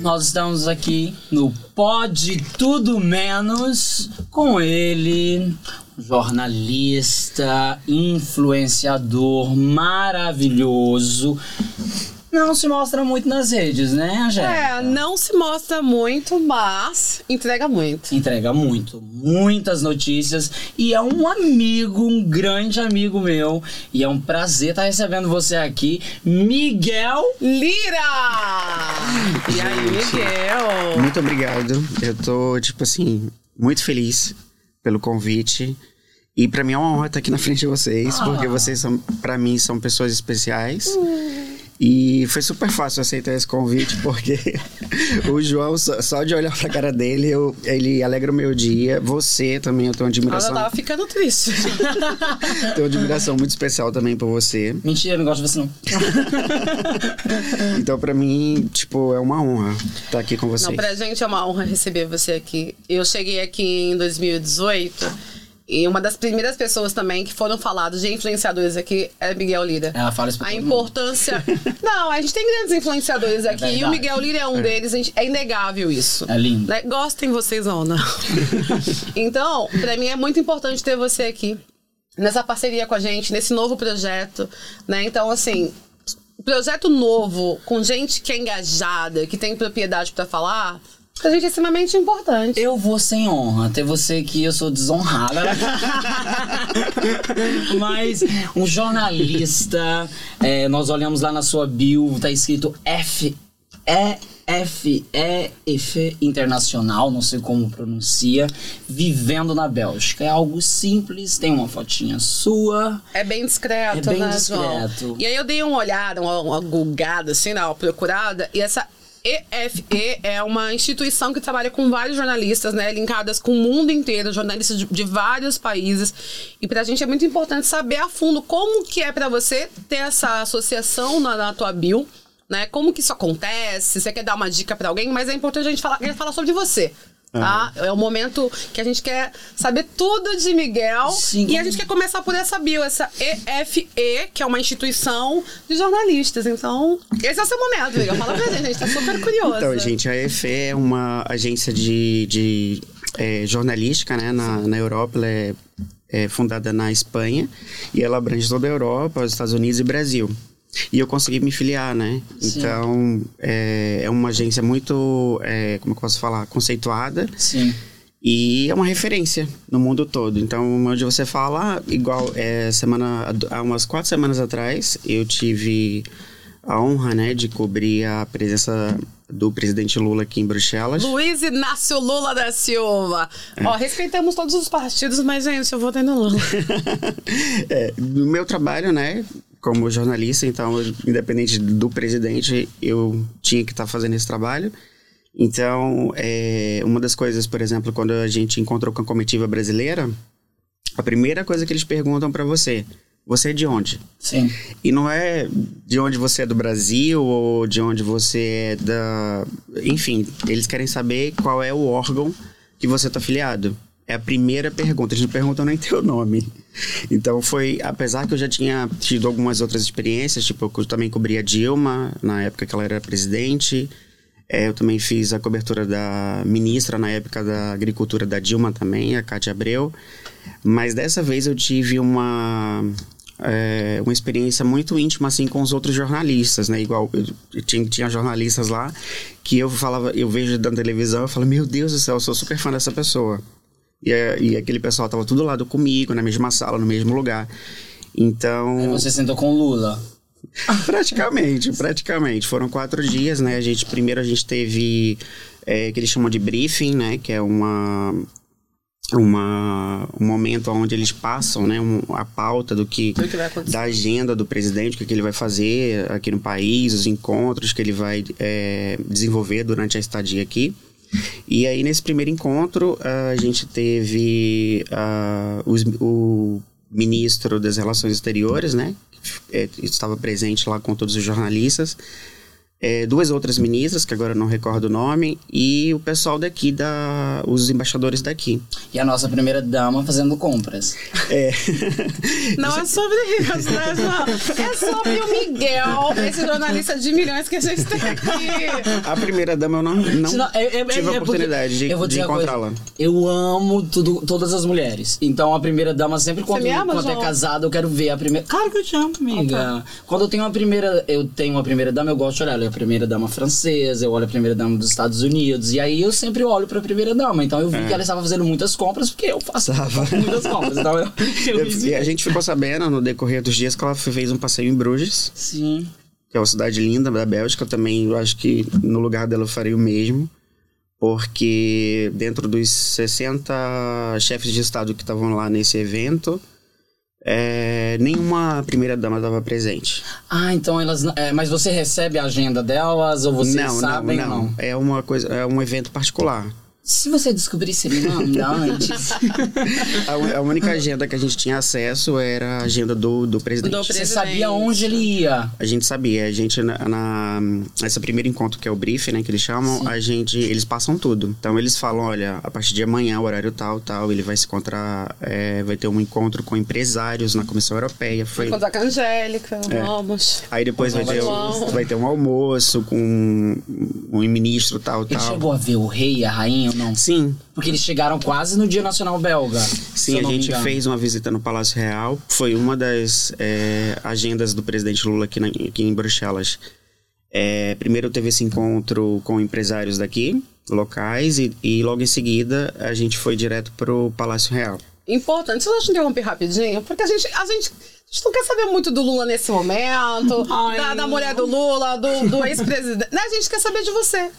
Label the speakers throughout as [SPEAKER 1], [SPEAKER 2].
[SPEAKER 1] Nós estamos aqui no Pode Tudo Menos com ele, jornalista, influenciador maravilhoso. Não se mostra muito nas redes, né, Angélica?
[SPEAKER 2] É, não se mostra muito, mas entrega muito.
[SPEAKER 1] Entrega muito, muitas notícias e é um amigo, um grande amigo meu. E é um prazer estar recebendo você aqui, Miguel.
[SPEAKER 2] Lira! E aí,
[SPEAKER 3] Gente.
[SPEAKER 2] Miguel?
[SPEAKER 3] Muito obrigado. Eu tô, tipo assim, muito feliz pelo convite. E pra mim é uma honra estar aqui na frente de vocês,
[SPEAKER 1] Ah.
[SPEAKER 3] porque vocês são, pra mim, são pessoas especiais. E foi super fácil aceitar esse convite, porque o João, só, só de olhar pra cara dele, eu- ele alegra o meu dia. Você também, eu tenho uma
[SPEAKER 2] Ela já
[SPEAKER 3] admiração,
[SPEAKER 2] tava ficando triste.
[SPEAKER 3] tenho uma admiração muito especial também por você.
[SPEAKER 1] Mentira, não gosto de você não.
[SPEAKER 3] Então, pra mim, tipo, é uma honra estar aqui com vocês.
[SPEAKER 2] Não, pra gente é uma honra receber você aqui. Eu cheguei aqui em 2018 e uma das primeiras pessoas também que foram faladas de influenciadores aqui é Miguel Lira.
[SPEAKER 1] Ela fala isso pra
[SPEAKER 2] A
[SPEAKER 1] todo mundo.
[SPEAKER 2] importância. Não, a gente tem grandes influenciadores aqui. e o
[SPEAKER 1] verdade.
[SPEAKER 2] Miguel Lira é um deles. a gente- é inegável isso.
[SPEAKER 1] É lindo.
[SPEAKER 2] Né? Gostem vocês ou não. então, pra mim é muito importante ter você aqui. Nessa parceria com a gente, nesse novo projeto. Né? Então, assim. Projeto novo, com gente que é engajada, que tem propriedade pra falar, pra gente é extremamente importante.
[SPEAKER 1] Eu vou sem honra, até você que eu sou desonrada. Mas um jornalista, é, nós olhamos lá na sua bio, tá escrito F E F E F Internacional, não sei como pronuncia, vivendo na Bélgica. É algo simples, tem uma fotinha sua.
[SPEAKER 2] É bem discreto,
[SPEAKER 1] É bem
[SPEAKER 2] né,
[SPEAKER 1] discreto.
[SPEAKER 2] João? E aí eu dei uma olhada, uma, uma gulgada, assim, né, uma procurada, e essa EFE é uma instituição que trabalha com vários jornalistas, né, linkadas com o mundo inteiro, jornalistas de, de vários países. E pra gente é muito importante saber a fundo como que é pra você ter essa associação na, na tua bio, né, como que isso acontece, você quer dar uma dica pra alguém, mas é importante a gente falar, querer falar sobre você. Tá? É o momento que a gente quer saber tudo de Miguel.
[SPEAKER 1] Sim.
[SPEAKER 2] E a gente quer começar por essa bio, essa EFE, que é uma instituição de jornalistas. Então, esse é o seu momento, Miguel. Fala pra gente, a gente tá super curiosa.
[SPEAKER 3] Então, gente, a EFE é uma agência de, de, eh, jornalística né, na, na Europa. Ela é, é fundada na Espanha e ela abrange toda a Europa, os Estados Unidos e Brasil. E eu consegui me filiar, né?
[SPEAKER 1] Sim.
[SPEAKER 3] Então, eh, é, uma agência muito, eh, como que eu posso falar, conceituada.
[SPEAKER 1] Sim.
[SPEAKER 3] E é uma referência no mundo todo. Então, onde você fala, igual é, semana, há umas quatro semanas atrás, eu tive a honra, né, de cobrir a presença do presidente Lula aqui em Bruxelas.
[SPEAKER 2] Luiz Inácio Lula da Silva.
[SPEAKER 1] É.
[SPEAKER 2] Ó, respeitamos todos os partidos, mas, gente, eu vou no Lula.
[SPEAKER 3] É, no meu trabalho, né, como jornalista, então, eu- independente do presidente, eu tinha que estar fazendo esse trabalho. Então, é, uma das coisas, por exemplo, quando a gente encontrou com a comitiva brasileira, a primeira coisa que eles perguntam para você, você é de onde?
[SPEAKER 1] Sim.
[SPEAKER 3] E não é de onde você é do Brasil ou de onde você é da. Enfim, eles querem saber qual é o órgão que você está afiliado. É a primeira pergunta, eles não perguntam nem teu nome. Então foi, apesar que eu já tinha tido algumas outras experiências, tipo, eu também cobri a Dilma, na época que ela era presidente. É, eu também fiz a cobertura da ministra na época da agricultura da Dilma também, a Cátia Abreu. Mas dessa vez eu tive uma, é, uma experiência muito íntima assim com os outros jornalistas, né? Igual eu, eu tinha, tinha jornalistas lá que eu falava, eu vejo da televisão, eu falo, meu Deus do céu, eu sou super fã dessa pessoa. E, é, e aquele pessoal tava tudo lado comigo, na mesma sala, no mesmo lugar.
[SPEAKER 1] Aí
[SPEAKER 3] Então.
[SPEAKER 1] você sentou com o Lula.
[SPEAKER 3] Praticamente, praticamente. Foram quatro dias, né? A gente, primeiro a gente teve é, que eles chamam de briefing, né? Que é uma, uma, um momento onde eles passam né? um- a pauta do que,
[SPEAKER 2] Tudo que vai acontecer.
[SPEAKER 3] da agenda do presidente, o que que ele vai fazer aqui no país, os encontros que ele vai é, desenvolver durante a estadia aqui. E aí, nesse primeiro encontro, a gente teve ah, os- o ministro das Relações Exteriores, né? que, é, estava presente lá com todos os jornalistas. É, é, duas outras ministras, que agora eu não recordo o nome, e o pessoal daqui, da, os embaixadores daqui.
[SPEAKER 1] E a nossa primeira dama fazendo compras.
[SPEAKER 3] É.
[SPEAKER 2] Não é sobre isso, né, João? É sobre o Miguel, esse jornalista de milhões que a gente tem aqui.
[SPEAKER 3] A primeira dama eu não, não
[SPEAKER 1] Senão, é- é- é-
[SPEAKER 3] tive
[SPEAKER 1] é
[SPEAKER 3] a oportunidade
[SPEAKER 1] porque-
[SPEAKER 3] de,
[SPEAKER 1] eu vou
[SPEAKER 3] de
[SPEAKER 1] dizer uma coisa,
[SPEAKER 3] encontrá-la.
[SPEAKER 1] Eu amo tudo, todas as mulheres. Então a primeira dama sempre quando,
[SPEAKER 2] me ama,
[SPEAKER 1] quando é
[SPEAKER 2] João?
[SPEAKER 1] casada, eu quero ver a primeira. Claro que eu te amo, amiga. Quando eu tenho uma primeira, eu tenho uma primeira dama, eu gosto de olhar. Ela é a primeira dama francesa, eu olho a primeira dama dos Estados Unidos. E aí eu sempre olho pra primeira dama. Então eu
[SPEAKER 3] É.
[SPEAKER 1] vi que ela estava fazendo muitas compras, porque eu faço muitas compras. Então eu, eu, me
[SPEAKER 3] Eu- e a
[SPEAKER 1] inspirei.
[SPEAKER 3] gente ficou sabendo no decorrer dos dias que ela fez um passeio em Bruges,
[SPEAKER 1] Sim.
[SPEAKER 3] que é uma cidade linda da Bélgica. Também eu acho que no lugar dela eu faria o mesmo, porque dentro dos 60 chefes de Estado que estavam lá nesse evento, é, nenhuma primeira-dama estava presente.
[SPEAKER 1] Ah, então elas. não- é, mas você recebe a agenda delas ou vocês sabem ou não?
[SPEAKER 3] É uma coisa, é um evento particular.
[SPEAKER 1] Se você descobrir, você me manda antes.
[SPEAKER 3] A, u- a única agenda que a gente tinha acesso era a agenda do, do presidente.
[SPEAKER 2] Do
[SPEAKER 1] Você
[SPEAKER 2] presidente.
[SPEAKER 1] sabia onde ele ia.
[SPEAKER 3] A gente sabia, a gente na, na esse primeiro encontro que é o brief, né, que eles chamam, a gente eles passam tudo. Então eles falam, olha, a partir de amanhã, o horário tal, tal, ele vai se encontrar, é, vai ter um encontro com empresários na Comissão Europeia, foi.
[SPEAKER 2] Encontrar com a Angélica,
[SPEAKER 1] É.
[SPEAKER 2] vamos.
[SPEAKER 3] Aí depois vai ter,
[SPEAKER 2] Uau.
[SPEAKER 3] vai ter um almoço com um, um ministro tal,
[SPEAKER 1] Ele
[SPEAKER 3] tal.
[SPEAKER 1] chegou a ver o rei e a rainha ou não?
[SPEAKER 3] Sim,
[SPEAKER 1] Porque eles chegaram quase no Dia Nacional Belga. se eu
[SPEAKER 3] Sim, a
[SPEAKER 1] não me
[SPEAKER 3] gente
[SPEAKER 1] engano.
[SPEAKER 3] fez uma visita no Palácio Real. Foi uma das é, agendas do presidente Lula aqui, na- aqui em Bruxelas. É, primeiro teve esse encontro com empresários daqui, locais, e, e logo em seguida a gente foi direto pro Palácio Real.
[SPEAKER 2] Importante, deixa eu te interromper rapidinho, porque a gente, a gente, a gente não quer saber muito do Lula nesse momento,
[SPEAKER 1] Ai.
[SPEAKER 2] da, da mulher do Lula, do, do ex-presidente. Né, A gente quer saber de você.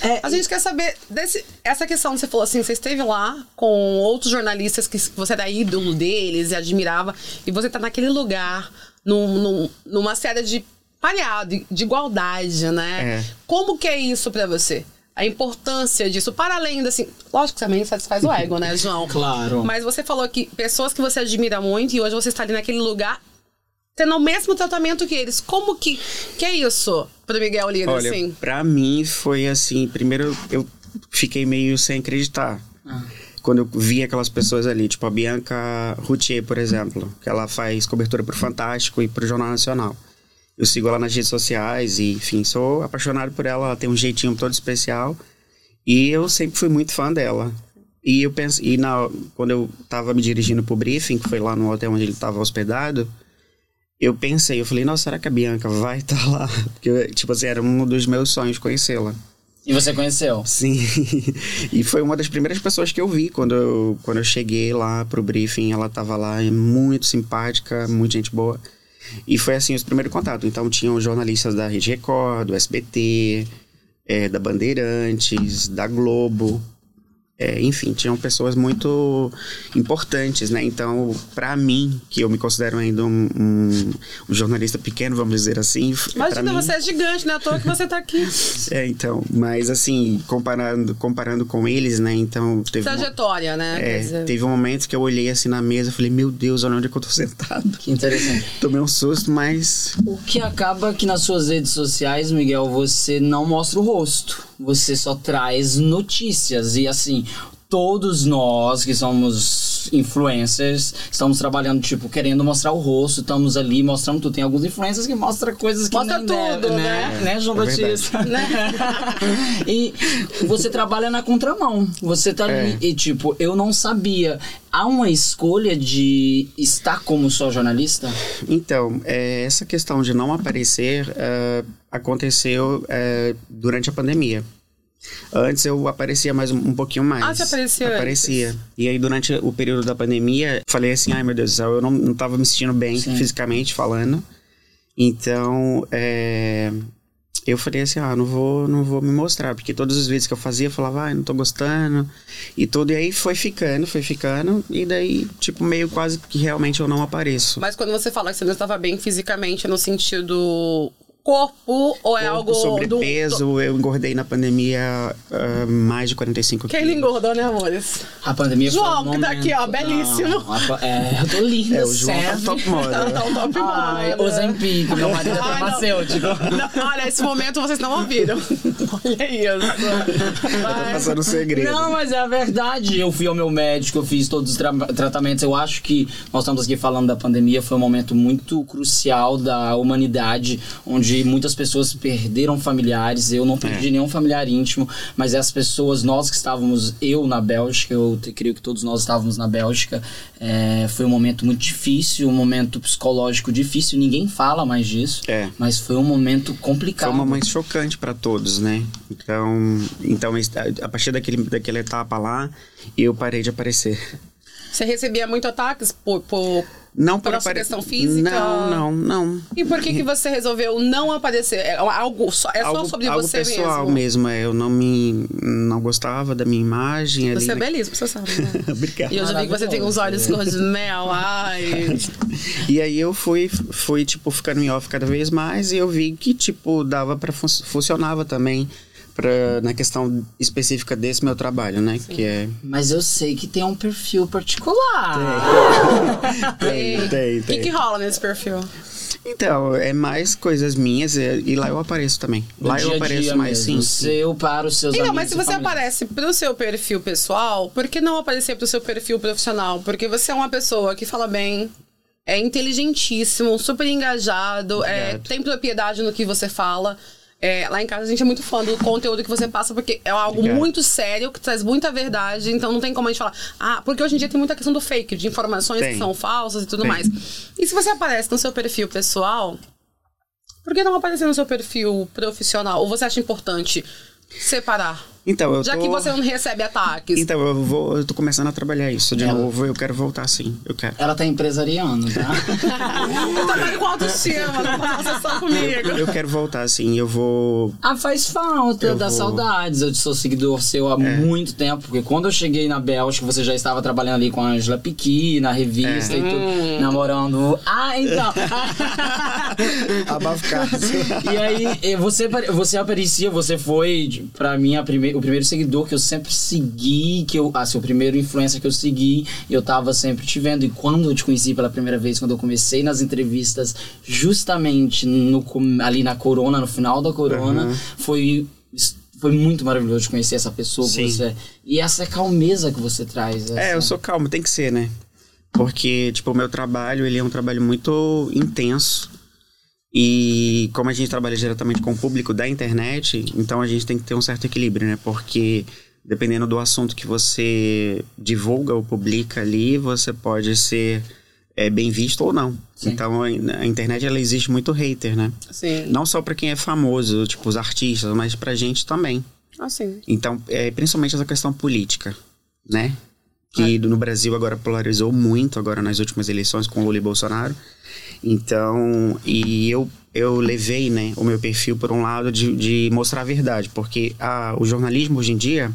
[SPEAKER 1] É,
[SPEAKER 2] a gente quer saber desse, essa questão, você falou assim, você esteve lá com outros jornalistas que você era ídolo deles e admirava, e você tá naquele lugar, num, num- numa série de pareado, de, de igualdade, né?
[SPEAKER 3] É.
[SPEAKER 2] Como que é isso pra você? A importância disso, para além, da, assim, lógico que também satisfaz o ego, né, João?
[SPEAKER 1] Claro.
[SPEAKER 2] Mas você falou que pessoas que você admira muito e hoje você está ali naquele lugar tendo o mesmo tratamento que eles. Como que. Que é isso pro Miguel Lira,
[SPEAKER 3] Olha,
[SPEAKER 2] assim?
[SPEAKER 3] pra mim foi assim, primeiro eu fiquei meio sem acreditar. Quando eu vi aquelas pessoas ali, tipo a Bianca Routier, por exemplo, que ela faz cobertura pro Fantástico e pro Jornal Nacional. Eu sigo ela nas redes sociais e, enfim, sou apaixonado por ela, ela tem um jeitinho todo especial. E eu sempre fui muito fã dela. E eu penso, e na, quando eu tava me dirigindo pro briefing, que foi lá no hotel onde ele tava hospedado, eu pensei, eu falei, nossa, será que a Bianca vai estar lá? Porque, eu, tipo assim, era um dos meus sonhos conhecê-la.
[SPEAKER 1] E você conheceu?
[SPEAKER 3] Sim. e foi uma das primeiras pessoas que eu vi quando eu, quando eu cheguei lá pro briefing. Ela tava lá, é muito simpática, muito gente boa. E foi assim o primeiro contato. Então tinham jornalistas da Rede Record, do SBT, eh, da Bandeirantes, da Globo. É, enfim, tinham pessoas muito importantes, né? Então, pra mim, que eu me considero ainda um, um- um jornalista pequeno, vamos dizer assim. f- pra
[SPEAKER 2] Imagina,
[SPEAKER 3] mim-
[SPEAKER 2] você é gigante, né? À toa que você tá aqui.
[SPEAKER 3] é, então, mas assim, comparando, comparando com eles, né? Então, teve, um,
[SPEAKER 2] Trajetória, né? Quer
[SPEAKER 3] é,
[SPEAKER 2] dizer,
[SPEAKER 3] teve um momento que eu olhei assim na mesa e falei, meu Deus, olha onde é que eu tô sentado.
[SPEAKER 1] Que interessante.
[SPEAKER 3] Tomei um susto, mas.
[SPEAKER 1] O que acaba que nas suas redes sociais, Miguel, você não mostra o rosto. Você só traz notícias. E assim, todos nós que somos influencers, estamos trabalhando, tipo, querendo mostrar o rosto, estamos ali mostrando tudo. Tem alguns influencers que mostram coisas que
[SPEAKER 2] Mostra
[SPEAKER 1] nem
[SPEAKER 2] tudo,
[SPEAKER 1] deve,
[SPEAKER 2] né?
[SPEAKER 1] Né, João
[SPEAKER 3] É verdade.
[SPEAKER 1] Batista? e você trabalha na contramão. Você tá ali.
[SPEAKER 3] É.
[SPEAKER 1] E tipo, eu não sabia. Há uma escolha de estar como só jornalista?
[SPEAKER 3] Então, é, essa questão de não aparecer é, aconteceu é, durante a pandemia. Antes eu aparecia mais um, um pouquinho mais.
[SPEAKER 2] Ah, você aparecia antes?
[SPEAKER 3] Aparecia. E aí, durante o período da pandemia, falei assim: ai meu Deus do céu, eu não, não tava me sentindo bem
[SPEAKER 1] Sim.
[SPEAKER 3] fisicamente falando. Então, é, eu falei assim: ah, não vou, não vou me mostrar, porque todas as vezes que eu fazia, eu falava, ai, não tô gostando e tudo. E aí foi ficando, foi ficando. E daí, tipo, meio quase que realmente eu não apareço.
[SPEAKER 2] Mas quando você fala que você não estava bem fisicamente, no sentido corpo ou é
[SPEAKER 3] Corpo,
[SPEAKER 2] algo.
[SPEAKER 3] sobrepeso, eu engordei na pandemia ah, mais de 45
[SPEAKER 2] Do... Quem ele
[SPEAKER 3] quilos.
[SPEAKER 2] engordou, né, amores?
[SPEAKER 1] A pandemia
[SPEAKER 2] João,
[SPEAKER 1] foi um
[SPEAKER 2] que tá
[SPEAKER 1] momento-
[SPEAKER 2] aqui, ó, belíssimo.
[SPEAKER 1] Não, a pa- é, eu tô linda,
[SPEAKER 3] É, o João tá
[SPEAKER 1] serve.
[SPEAKER 3] top moda.
[SPEAKER 2] Tá um top
[SPEAKER 1] Ai,
[SPEAKER 2] model.
[SPEAKER 1] Ozempic, meu marido é
[SPEAKER 2] Ai, não.
[SPEAKER 1] farmacêutico.
[SPEAKER 2] Não, olha, esse momento vocês não ouviram. Olha isso.
[SPEAKER 3] Tá
[SPEAKER 2] Vai.
[SPEAKER 3] passando um segredo.
[SPEAKER 1] Não, mas é a verdade. Eu fui ao meu médico, eu fiz todos os tra- tratamentos. Eu acho que nós estamos aqui falando da pandemia, foi um momento muito crucial da humanidade, onde muitas pessoas perderam familiares. Eu não
[SPEAKER 3] É.
[SPEAKER 1] perdi nenhum familiar íntimo, mas as pessoas, nós que estávamos, eu na Bélgica, eu te- creio que todos nós estávamos na Bélgica, é, foi um momento muito difícil, um momento psicológico difícil. Ninguém fala mais disso,
[SPEAKER 3] É.
[SPEAKER 1] mas foi um momento complicado.
[SPEAKER 3] Foi uma mãe chocante pra todos, né? Então, então a- a partir daquele, daquela etapa lá, eu parei de aparecer.
[SPEAKER 2] Você recebia muito ataques por. por...
[SPEAKER 3] Não por
[SPEAKER 2] Por sua
[SPEAKER 3] apare-
[SPEAKER 2] questão física?
[SPEAKER 3] Não, não, não.
[SPEAKER 2] E por que, que você resolveu não aparecer? É algo só, é só sobre
[SPEAKER 3] algo
[SPEAKER 2] você
[SPEAKER 3] pessoal
[SPEAKER 2] mesmo.
[SPEAKER 3] mesmo. é, Eu não me não gostava da minha imagem. ali
[SPEAKER 2] Você é
[SPEAKER 3] na-
[SPEAKER 2] belíssimo, você sabe. Né?
[SPEAKER 3] Obrigado.
[SPEAKER 2] E hoje eu vi que você tem uns olhos cor de mel. Ai.
[SPEAKER 3] E aí eu fui, fui tipo, ficando em off cada vez mais e eu vi que, tipo, dava para funcionava também pra, na questão específica desse meu trabalho, né? Que é...
[SPEAKER 1] Mas eu sei que tem um perfil particular.
[SPEAKER 3] Tem,
[SPEAKER 2] O que, que rola nesse perfil?
[SPEAKER 3] Então, é mais coisas minhas é, e lá eu apareço também.
[SPEAKER 1] Do
[SPEAKER 3] lá
[SPEAKER 1] dia
[SPEAKER 3] eu
[SPEAKER 1] a
[SPEAKER 3] apareço
[SPEAKER 1] dia
[SPEAKER 3] mais,
[SPEAKER 1] mesmo,
[SPEAKER 3] sim. sim.
[SPEAKER 1] Seu para os seus
[SPEAKER 2] Então,
[SPEAKER 1] amigos.
[SPEAKER 2] mas se
[SPEAKER 1] e
[SPEAKER 2] você
[SPEAKER 1] familiares.
[SPEAKER 2] aparece pro seu perfil pessoal, por que não aparecer pro seu perfil profissional? Porque você é uma pessoa que fala bem, é inteligentíssimo, super engajado, é,
[SPEAKER 3] Obrigado.
[SPEAKER 2] tem propriedade no que você fala. É, lá em casa a gente é muito fã do conteúdo que você passa, porque é algo
[SPEAKER 3] Obrigado.
[SPEAKER 2] muito sério, que traz muita verdade, então não tem como a gente falar. Ah, porque hoje em dia tem muita questão do fake, de informações
[SPEAKER 3] Tem.
[SPEAKER 2] que são falsas e tudo
[SPEAKER 3] Tem.
[SPEAKER 2] mais. E se você aparece no seu perfil pessoal, por que não aparecer no seu perfil profissional? Ou você acha importante separar?
[SPEAKER 3] Então, eu
[SPEAKER 2] Já
[SPEAKER 3] tô...
[SPEAKER 2] que você não recebe ataques.
[SPEAKER 3] Então, eu vou... Eu tô começando a trabalhar isso de
[SPEAKER 1] Ela-
[SPEAKER 3] novo. Eu quero voltar, sim. Eu quero.
[SPEAKER 1] Ela tá empresariando, tá?
[SPEAKER 2] eu trabalho com autoestima, não faça só comigo.
[SPEAKER 3] Eu quero voltar, sim. Eu vou...
[SPEAKER 1] ah, faz falta,
[SPEAKER 3] Eu
[SPEAKER 1] dá
[SPEAKER 3] vou-
[SPEAKER 1] saudades. Eu sou seguidor seu há muito tempo, porque quando eu cheguei na Bélgica, você já estava trabalhando ali com a Angela Piqui, na revista e tudo, namorando. Ah, então.
[SPEAKER 3] Abafa o caso.
[SPEAKER 1] E aí, eh, você, apare- você aparecia, você foi, de- pra mim, a prime- o primeiro seguidor que eu sempre segui, que eu, assim, o primeiro influencer que eu segui, eu tava sempre te vendo. E quando eu te conheci pela primeira vez, quando eu comecei nas entrevistas, justamente no, com- ali na corona, no final da corona,
[SPEAKER 3] Uhum.
[SPEAKER 1] foi. Foi muito maravilhoso te conhecer essa pessoa que
[SPEAKER 3] Sim.
[SPEAKER 1] você é. E essa calmeza que você traz. Essa...
[SPEAKER 3] É, eu sou calmo, tem que ser, né? Porque, tipo, o meu trabalho, ele é um trabalho muito intenso. E como a gente trabalha diretamente com o público da internet, então a gente tem que ter um certo equilíbrio, né? Porque dependendo do assunto que você divulga ou publica ali, você pode ser é, bem visto ou não.
[SPEAKER 1] Sim.
[SPEAKER 3] Então a a internet, ela existe muito hater, né?
[SPEAKER 2] Sim.
[SPEAKER 3] Não só pra quem é famoso, tipo os artistas, mas pra gente também.
[SPEAKER 2] Assim.
[SPEAKER 3] Então, é, principalmente essa questão política, né? Que no Brasil agora polarizou muito agora nas últimas eleições com Lula e Bolsonaro. Então, e eu, eu levei né, o meu perfil por um lado de, de mostrar a verdade, porque a- o jornalismo hoje em dia,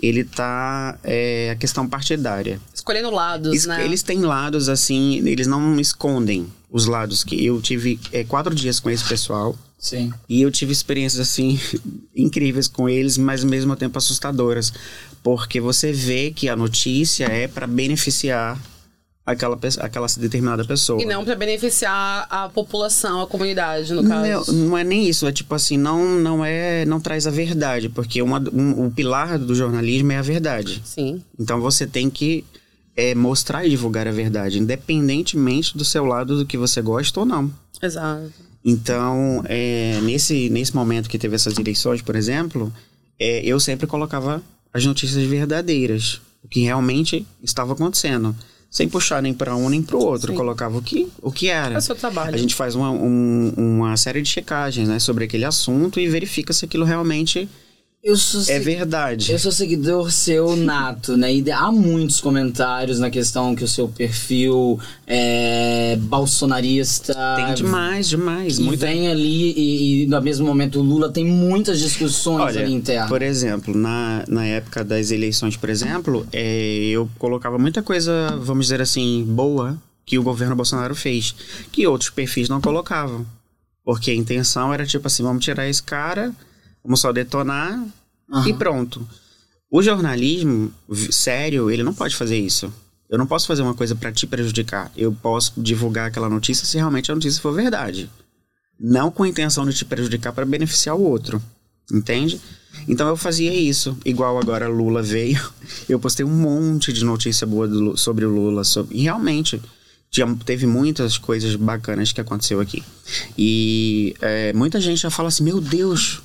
[SPEAKER 3] ele tá é, a questão partidária.
[SPEAKER 2] Escolhendo lados,
[SPEAKER 3] Eles,
[SPEAKER 2] né?
[SPEAKER 3] eles têm lados assim, eles não escondem os lados que eu tive é, quatro dias com esse pessoal.
[SPEAKER 1] Sim.
[SPEAKER 3] E eu tive experiências assim incríveis com eles, mas ao mesmo tempo assustadoras, porque você vê que a notícia é para beneficiar aquela pe- aquela determinada pessoa.
[SPEAKER 2] E não é pra beneficiar a população, a comunidade, no
[SPEAKER 3] Não,
[SPEAKER 2] caso.
[SPEAKER 3] não é nem isso, é tipo assim, não não é, não traz a verdade, porque uma, um- o pilar do jornalismo é a verdade.
[SPEAKER 2] Sim.
[SPEAKER 3] Então você tem que é, mostrar e divulgar a verdade, independentemente do seu lado do que você gosta ou não.
[SPEAKER 2] Exato.
[SPEAKER 3] Então, é, nesse, nesse momento que teve essas eleições, por exemplo, é, eu sempre colocava as notícias verdadeiras, o que realmente estava acontecendo, sem puxar nem para um nem para o outro,
[SPEAKER 2] Sim.
[SPEAKER 3] colocava o que, o que era.
[SPEAKER 2] É o seu trabalho.
[SPEAKER 3] A gente faz uma, um- uma série de checagens né, sobre aquele assunto e verifica se aquilo realmente
[SPEAKER 1] Eu sou
[SPEAKER 3] é
[SPEAKER 1] se-
[SPEAKER 3] verdade.
[SPEAKER 1] Eu sou seguidor seu nato, né? E há muitos comentários na questão que o seu perfil é bolsonarista.
[SPEAKER 3] Tem demais, demais.
[SPEAKER 1] E
[SPEAKER 3] Muita
[SPEAKER 1] vem ali e, e no mesmo momento o Lula tem muitas discussões
[SPEAKER 3] Olha,
[SPEAKER 1] ali internas.
[SPEAKER 3] Por exemplo, na, na época das eleições, por exemplo, eh, eu colocava muita coisa, vamos dizer assim, boa que o governo Bolsonaro fez, que outros perfis não colocavam. Porque a intenção era tipo assim, vamos tirar esse cara, vamos só detonar e
[SPEAKER 1] Aham.
[SPEAKER 3] pronto. O jornalismo vi- sério, ele não pode fazer isso. Eu não posso fazer uma coisa pra te prejudicar. Eu posso divulgar aquela notícia se realmente a notícia for verdade. Não com a intenção de te prejudicar pra beneficiar o outro. Entende? Então eu fazia isso. Igual agora Lula veio. Eu postei um monte de notícia boa do Lu- sobre o Lula. Sobre... E realmente, tinha, teve muitas coisas bacanas que aconteceu aqui. E é, muita gente já fala assim: meu Deus,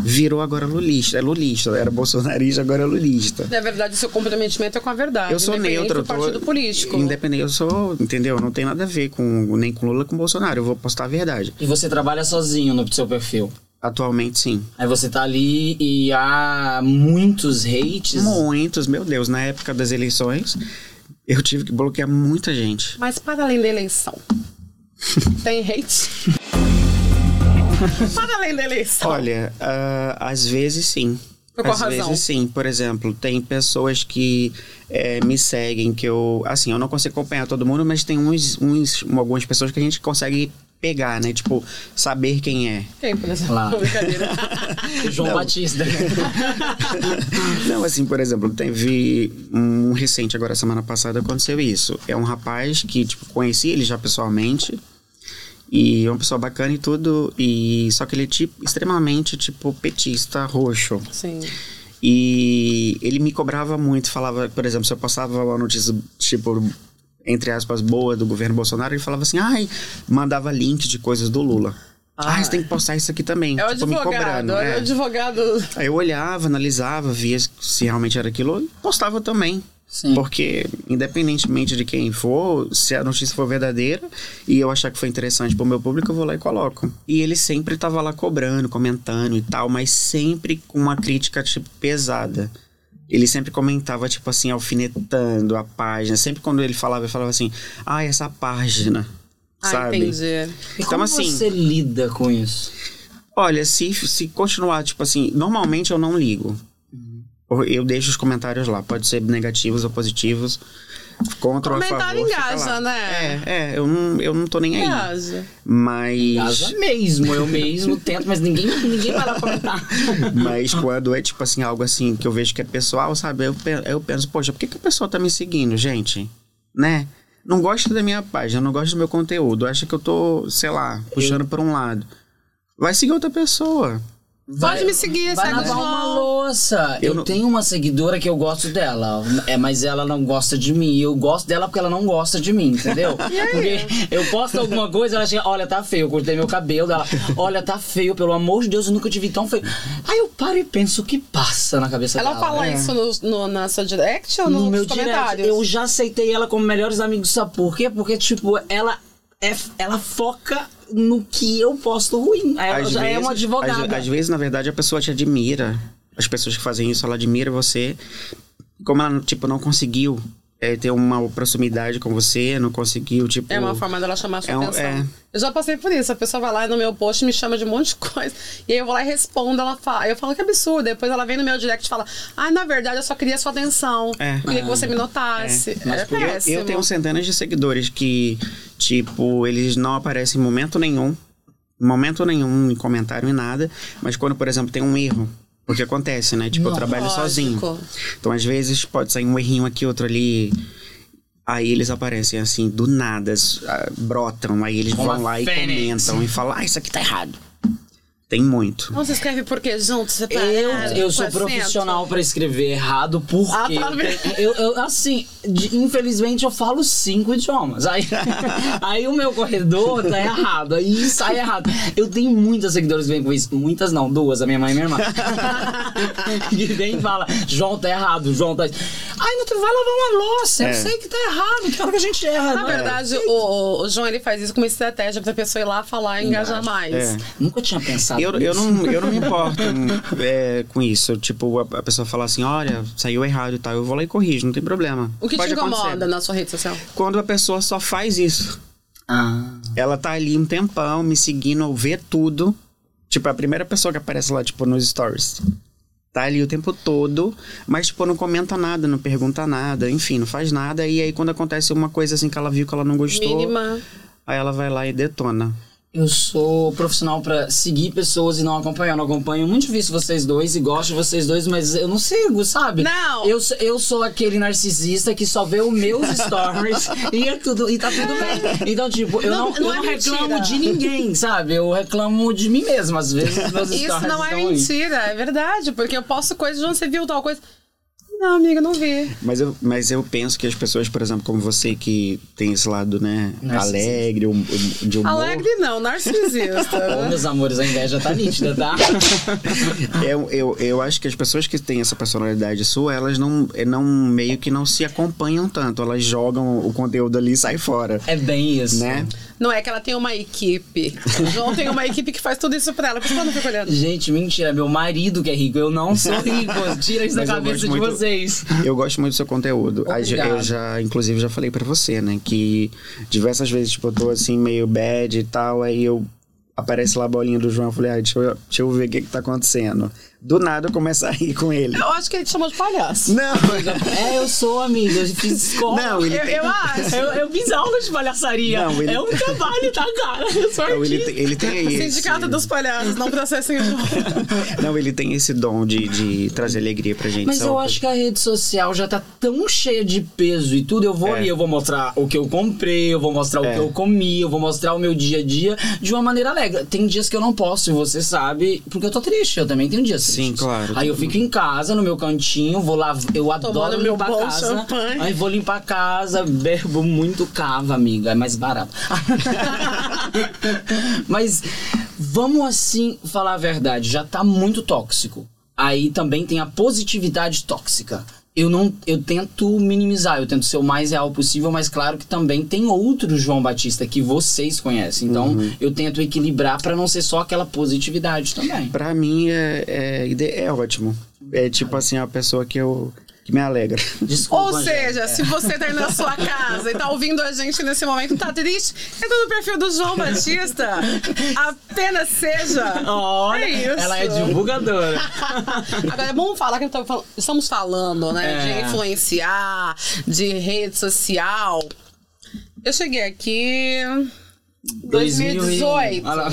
[SPEAKER 3] virou agora lulista. É lulista, era bolsonarista, agora é lulista.
[SPEAKER 2] Na verdade, o seu comprometimento é com a verdade.
[SPEAKER 3] Eu sou
[SPEAKER 2] independente
[SPEAKER 3] neutro, eu
[SPEAKER 2] do
[SPEAKER 3] tô-
[SPEAKER 2] partido político.
[SPEAKER 3] Independente, eu sou, entendeu? Não tem nada a ver com nem com Lula com Bolsonaro. Eu vou postar a verdade.
[SPEAKER 1] E você trabalha sozinho no seu perfil.
[SPEAKER 3] Atualmente, sim.
[SPEAKER 1] Aí você tá ali e há muitos hates.
[SPEAKER 3] Muitos, meu Deus, na época das eleições, eu tive que bloquear muita gente.
[SPEAKER 2] Mas para além da eleição, tem hate? para além da eleição.
[SPEAKER 3] Olha, ah, às vezes sim.
[SPEAKER 2] Por qual
[SPEAKER 3] às
[SPEAKER 2] razão?
[SPEAKER 3] vezes sim. Por exemplo, tem pessoas que eh, me seguem, que eu. Assim, eu não consigo acompanhar todo mundo, mas tem uns, uns, algumas pessoas que a gente consegue pegar, né? Tipo, saber quem é.
[SPEAKER 2] Quem, por exemplo?
[SPEAKER 1] Lá.
[SPEAKER 2] Brincadeira.
[SPEAKER 1] João
[SPEAKER 3] Não.
[SPEAKER 1] Batista.
[SPEAKER 3] Não, assim, por exemplo, teve um recente agora, semana passada, aconteceu isso. É um rapaz que, tipo, conheci ele já pessoalmente. E é uma pessoa bacana e tudo. E só que ele é tipo, extremamente, tipo, petista roxo.
[SPEAKER 2] Sim.
[SPEAKER 3] E ele me cobrava muito, falava, por exemplo, se eu postava uma notícia, tipo, entre aspas, boa do governo Bolsonaro, ele falava assim, ai, mandava link de coisas do Lula. Ah, você tem que postar isso aqui também.
[SPEAKER 2] É o
[SPEAKER 3] tipo, me
[SPEAKER 2] advogado,
[SPEAKER 3] cobrando.
[SPEAKER 2] olha
[SPEAKER 3] é.
[SPEAKER 2] o advogado.
[SPEAKER 3] Aí eu olhava, analisava, via se realmente era aquilo e postava também.
[SPEAKER 1] Sim.
[SPEAKER 3] Porque, independentemente de quem for, se a notícia for verdadeira e eu achar que foi interessante pro meu público, eu vou lá e coloco. E ele sempre tava lá cobrando, comentando e tal, mas sempre com uma crítica, tipo, pesada. Ele sempre comentava, tipo assim, alfinetando a página. Sempre quando ele falava, ele falava assim, ah, essa página.
[SPEAKER 2] Ah,
[SPEAKER 3] sabe?
[SPEAKER 2] entendi.
[SPEAKER 1] E
[SPEAKER 3] Então,
[SPEAKER 1] como
[SPEAKER 3] assim-
[SPEAKER 1] você lida com isso?
[SPEAKER 3] Olha, se, se continuar, tipo assim, normalmente eu não ligo. Eu- Eu deixo os comentários lá, pode ser negativos ou positivos. Contra ou a favor.
[SPEAKER 2] Comentário
[SPEAKER 3] fica
[SPEAKER 2] engaja,
[SPEAKER 3] lá.
[SPEAKER 2] né?
[SPEAKER 3] É, é, eu não, eu não tô nem aí.
[SPEAKER 2] Viaja.
[SPEAKER 3] Mas,
[SPEAKER 1] Casa mesmo, eu mesmo tento, mas ninguém, ninguém vai lá comentar.
[SPEAKER 3] mas quando é tipo assim, algo assim que eu vejo que é pessoal, sabe? Eu, pe- eu penso, poxa, por que, que a pessoa tá me seguindo, gente? Né? Não gosta da minha página, não gosta do meu conteúdo, acha que eu tô, sei lá, puxando pra um lado. Vai seguir outra pessoa.
[SPEAKER 1] Vai-
[SPEAKER 2] me seguir,
[SPEAKER 1] vai
[SPEAKER 2] segue o
[SPEAKER 1] lavar
[SPEAKER 2] João.
[SPEAKER 1] uma louça.
[SPEAKER 3] Eu
[SPEAKER 1] Eu,
[SPEAKER 3] não-
[SPEAKER 1] tenho uma seguidora que eu gosto dela, é, mas ela não gosta de mim. Eu gosto dela porque ela não gosta de mim, entendeu? Porque eu posto alguma coisa, ela chega, olha, tá feio, eu cortei meu cabelo. Ela, olha, tá feio, pelo amor de Deus, eu nunca te vi tão feio. Aí eu paro e penso o que passa na cabeça
[SPEAKER 2] Ela
[SPEAKER 1] dela.
[SPEAKER 2] fala
[SPEAKER 1] É.
[SPEAKER 2] isso no, no- na sua direct ou
[SPEAKER 1] no
[SPEAKER 2] nos
[SPEAKER 1] meu direct.
[SPEAKER 2] comentários?
[SPEAKER 1] Eu já aceitei ela como melhores amigos, sabe por quê? Porque, tipo, ela, é, ela foca no que eu posto ruim. Aí Ela
[SPEAKER 3] Às
[SPEAKER 1] já é uma
[SPEAKER 3] vezes-
[SPEAKER 1] advogada.
[SPEAKER 3] Às, às vezes, na verdade, a pessoa te admira. As pessoas que fazem isso, ela admira você. Como ela, tipo, não conseguiu é, ter uma proximidade com você, não conseguiu, tipo...
[SPEAKER 2] É uma forma dela chamar a sua
[SPEAKER 3] É um-
[SPEAKER 2] atenção.
[SPEAKER 3] é.
[SPEAKER 2] Eu já passei por isso. A pessoa vai lá no meu post e me chama de um monte de coisa. E aí eu vou lá e respondo. Ela fala, eu falo que absurdo. Depois ela vem no meu direct e fala: Ah, na verdade eu só queria sua atenção.
[SPEAKER 3] É.
[SPEAKER 2] Queria que você me notasse.
[SPEAKER 1] Mas
[SPEAKER 2] É,
[SPEAKER 1] por-
[SPEAKER 3] né? tipo, Eu-
[SPEAKER 2] péssimo.
[SPEAKER 3] Eu, tenho um centenas de seguidores que, tipo, eles não aparecem em momento nenhum. em Momento nenhum, em comentário, em nada. Mas quando, por exemplo, tem um erro. Porque acontece, né? Tipo, eu trabalho
[SPEAKER 2] Lógico.
[SPEAKER 3] sozinho. Então, às vezes, pode sair um errinho aqui, outro ali. Aí eles aparecem assim, do nada, s- ah, brotam, aí eles
[SPEAKER 1] Como
[SPEAKER 3] vão
[SPEAKER 1] a
[SPEAKER 3] lá
[SPEAKER 1] fênix.
[SPEAKER 3] e comentam e falam, ah, isso aqui tá errado. Tem muito.
[SPEAKER 2] Não se escreve por quê? Junto, separado,
[SPEAKER 1] Eu, eu
[SPEAKER 2] com
[SPEAKER 1] sou
[SPEAKER 2] acento.
[SPEAKER 1] profissional pra escrever errado, porque
[SPEAKER 2] Ah, tá
[SPEAKER 1] eu, eu, assim, de- infelizmente eu falo cinco idiomas. Aí, aí o meu corredor tá errado, aí sai errado. Eu tenho muitas seguidoras que vêm com isso, muitas não, duas, a minha mãe e minha irmã. que vem e fala, João tá errado, João tá. Ai, não, tu vai lavar uma louça,
[SPEAKER 3] É.
[SPEAKER 1] eu sei que tá errado, que hora que a gente erra,
[SPEAKER 2] Na
[SPEAKER 1] né?
[SPEAKER 2] verdade, o, o- o João ele faz isso com uma estratégia pra pessoa ir lá falar e engajar mais.
[SPEAKER 3] É.
[SPEAKER 1] Nunca tinha pensado
[SPEAKER 3] Eu, eu, não, eu não me importo é, com isso. Tipo, a, a pessoa fala assim, olha, saiu errado e tal, eu vou lá e corrijo, não tem problema.
[SPEAKER 2] O que
[SPEAKER 3] Pode
[SPEAKER 2] te incomoda né?
[SPEAKER 3] acontecer.
[SPEAKER 2] na sua rede social?
[SPEAKER 3] Quando a pessoa só faz isso.
[SPEAKER 1] Ah.
[SPEAKER 3] Ela tá ali um tempão, me seguindo, vê tudo. Tipo, é a primeira pessoa que aparece lá, tipo, nos stories. Tá ali o tempo todo, mas, tipo, não comenta nada, não pergunta nada, enfim, não faz nada. E aí, quando acontece uma coisa assim que ela viu que ela não gostou,
[SPEAKER 2] Mínima.
[SPEAKER 3] aí ela vai lá e detona.
[SPEAKER 1] Eu sou profissional pra seguir pessoas e não acompanhar. Eu não acompanho muito difícil vocês dois e gosto de vocês dois, mas eu não sigo, sabe?
[SPEAKER 2] Não.
[SPEAKER 1] Eu, sou- eu sou aquele narcisista que só vê os meus stories e, é tudo, e tá tudo bem. Então, tipo, eu não,
[SPEAKER 2] Não- não
[SPEAKER 1] eu
[SPEAKER 2] é
[SPEAKER 1] não reclamo
[SPEAKER 2] mentira.
[SPEAKER 1] de ninguém, sabe? Eu reclamo de mim mesmo, às vezes. os Meus
[SPEAKER 2] Isso
[SPEAKER 1] stories
[SPEAKER 2] não é
[SPEAKER 1] estão aí.
[SPEAKER 2] mentira, é verdade. Porque eu posto coisas de onde você viu tal coisa. Não, amiga, não vi.
[SPEAKER 3] Mas eu, mas eu penso que as pessoas, por exemplo, como você que tem esse lado, né,
[SPEAKER 1] Narcisista.
[SPEAKER 3] alegre, hum- hum- de humor.
[SPEAKER 2] Alegre não,
[SPEAKER 1] Ô,
[SPEAKER 2] narcisista.
[SPEAKER 1] meus amores, a inveja tá nítida, tá?
[SPEAKER 3] Eu, eu, eu acho que as pessoas que têm essa personalidade sua, elas não, eh, não meio que não se acompanham tanto. Elas jogam o conteúdo ali e saem fora.
[SPEAKER 1] É bem isso.
[SPEAKER 3] Né?
[SPEAKER 2] não é que ela tem uma equipe. O João tem uma equipe que faz tudo isso pra ela. Por isso que ela não fica olhando.
[SPEAKER 1] Gente, mentira, meu marido que é rico, eu não sou rico. Tira isso
[SPEAKER 3] Mas
[SPEAKER 1] da
[SPEAKER 3] eu
[SPEAKER 1] cabeça de
[SPEAKER 3] gosto muito-
[SPEAKER 1] vocês.
[SPEAKER 3] Eu gosto muito do seu conteúdo. Ah, já-
[SPEAKER 1] Obrigado.
[SPEAKER 3] Eu já, inclusive, já falei pra você, né? Que diversas vezes, tipo, eu tô assim, meio bad e tal, aí eu aparece lá a bolinha do João, eu falei, ah, deixa eu, deixa eu ver o que que tá acontecendo. Do nada eu começo a rir com ele.
[SPEAKER 2] Eu acho que ele te chamou de palhaço.
[SPEAKER 3] Não!
[SPEAKER 1] É, eu sou amiga, eu fiz escola.
[SPEAKER 3] Não, ele
[SPEAKER 2] Eu,
[SPEAKER 3] tem-
[SPEAKER 2] eu acho.
[SPEAKER 1] Eu, eu fiz aula de palhaçaria.
[SPEAKER 3] Não, ele-
[SPEAKER 1] É um trabalho, tá, cara? Eu sou
[SPEAKER 3] Não, ele,
[SPEAKER 1] artista.
[SPEAKER 3] tem- ele tem aí.
[SPEAKER 2] Sindicato
[SPEAKER 3] esse-
[SPEAKER 2] dos palhaços, não processem o João.
[SPEAKER 3] Não, ele tem esse dom de, de trazer alegria pra gente. é
[SPEAKER 1] Mas
[SPEAKER 3] sabe?
[SPEAKER 1] eu acho que a rede social já tá tão cheia de peso e tudo. Eu vou
[SPEAKER 3] É.
[SPEAKER 1] ali, eu vou mostrar o que eu comprei, eu vou mostrar o
[SPEAKER 3] É.
[SPEAKER 1] que eu comi, eu vou mostrar o meu dia a dia de uma maneira alegre. Tem dias que eu não posso, e você sabe, porque eu tô triste. Eu também tenho dias
[SPEAKER 3] Sim,
[SPEAKER 1] tristes.
[SPEAKER 3] claro.
[SPEAKER 1] Aí eu fico em casa, no meu cantinho, vou lá, eu adoro
[SPEAKER 2] Tomando meu
[SPEAKER 1] limpar a
[SPEAKER 2] bom
[SPEAKER 1] casa.
[SPEAKER 2] champanhe.
[SPEAKER 1] Aí vou limpar a casa, bebo muito cava, amiga, é mais barato. Mas vamos assim falar a verdade, já tá muito tóxico. Aí também tem a positividade tóxica. Eu não, eu tento minimizar, eu tento ser o mais real possível, mas claro que também tem outro João Batista que vocês conhecem. Então eu tento equilibrar pra não ser só aquela positividade também.
[SPEAKER 3] Pra mim é, é, ide- é ótimo. É tipo assim, a pessoa que eu. que me alegra.
[SPEAKER 1] Desculpa. é.
[SPEAKER 2] Ou seja,
[SPEAKER 1] Angélica.
[SPEAKER 2] se você tá aí na sua casa e tá ouvindo a gente nesse momento, tá triste, entra no perfil do João Batista. Apenas seja.
[SPEAKER 1] Olha,
[SPEAKER 2] é isso.
[SPEAKER 1] ela é divulgadora.
[SPEAKER 2] Agora, vamos falar que eu tava falando- estamos falando, né?
[SPEAKER 1] É.
[SPEAKER 2] De influenciar, de rede social. Eu cheguei aqui. 2018.
[SPEAKER 1] Olha lá.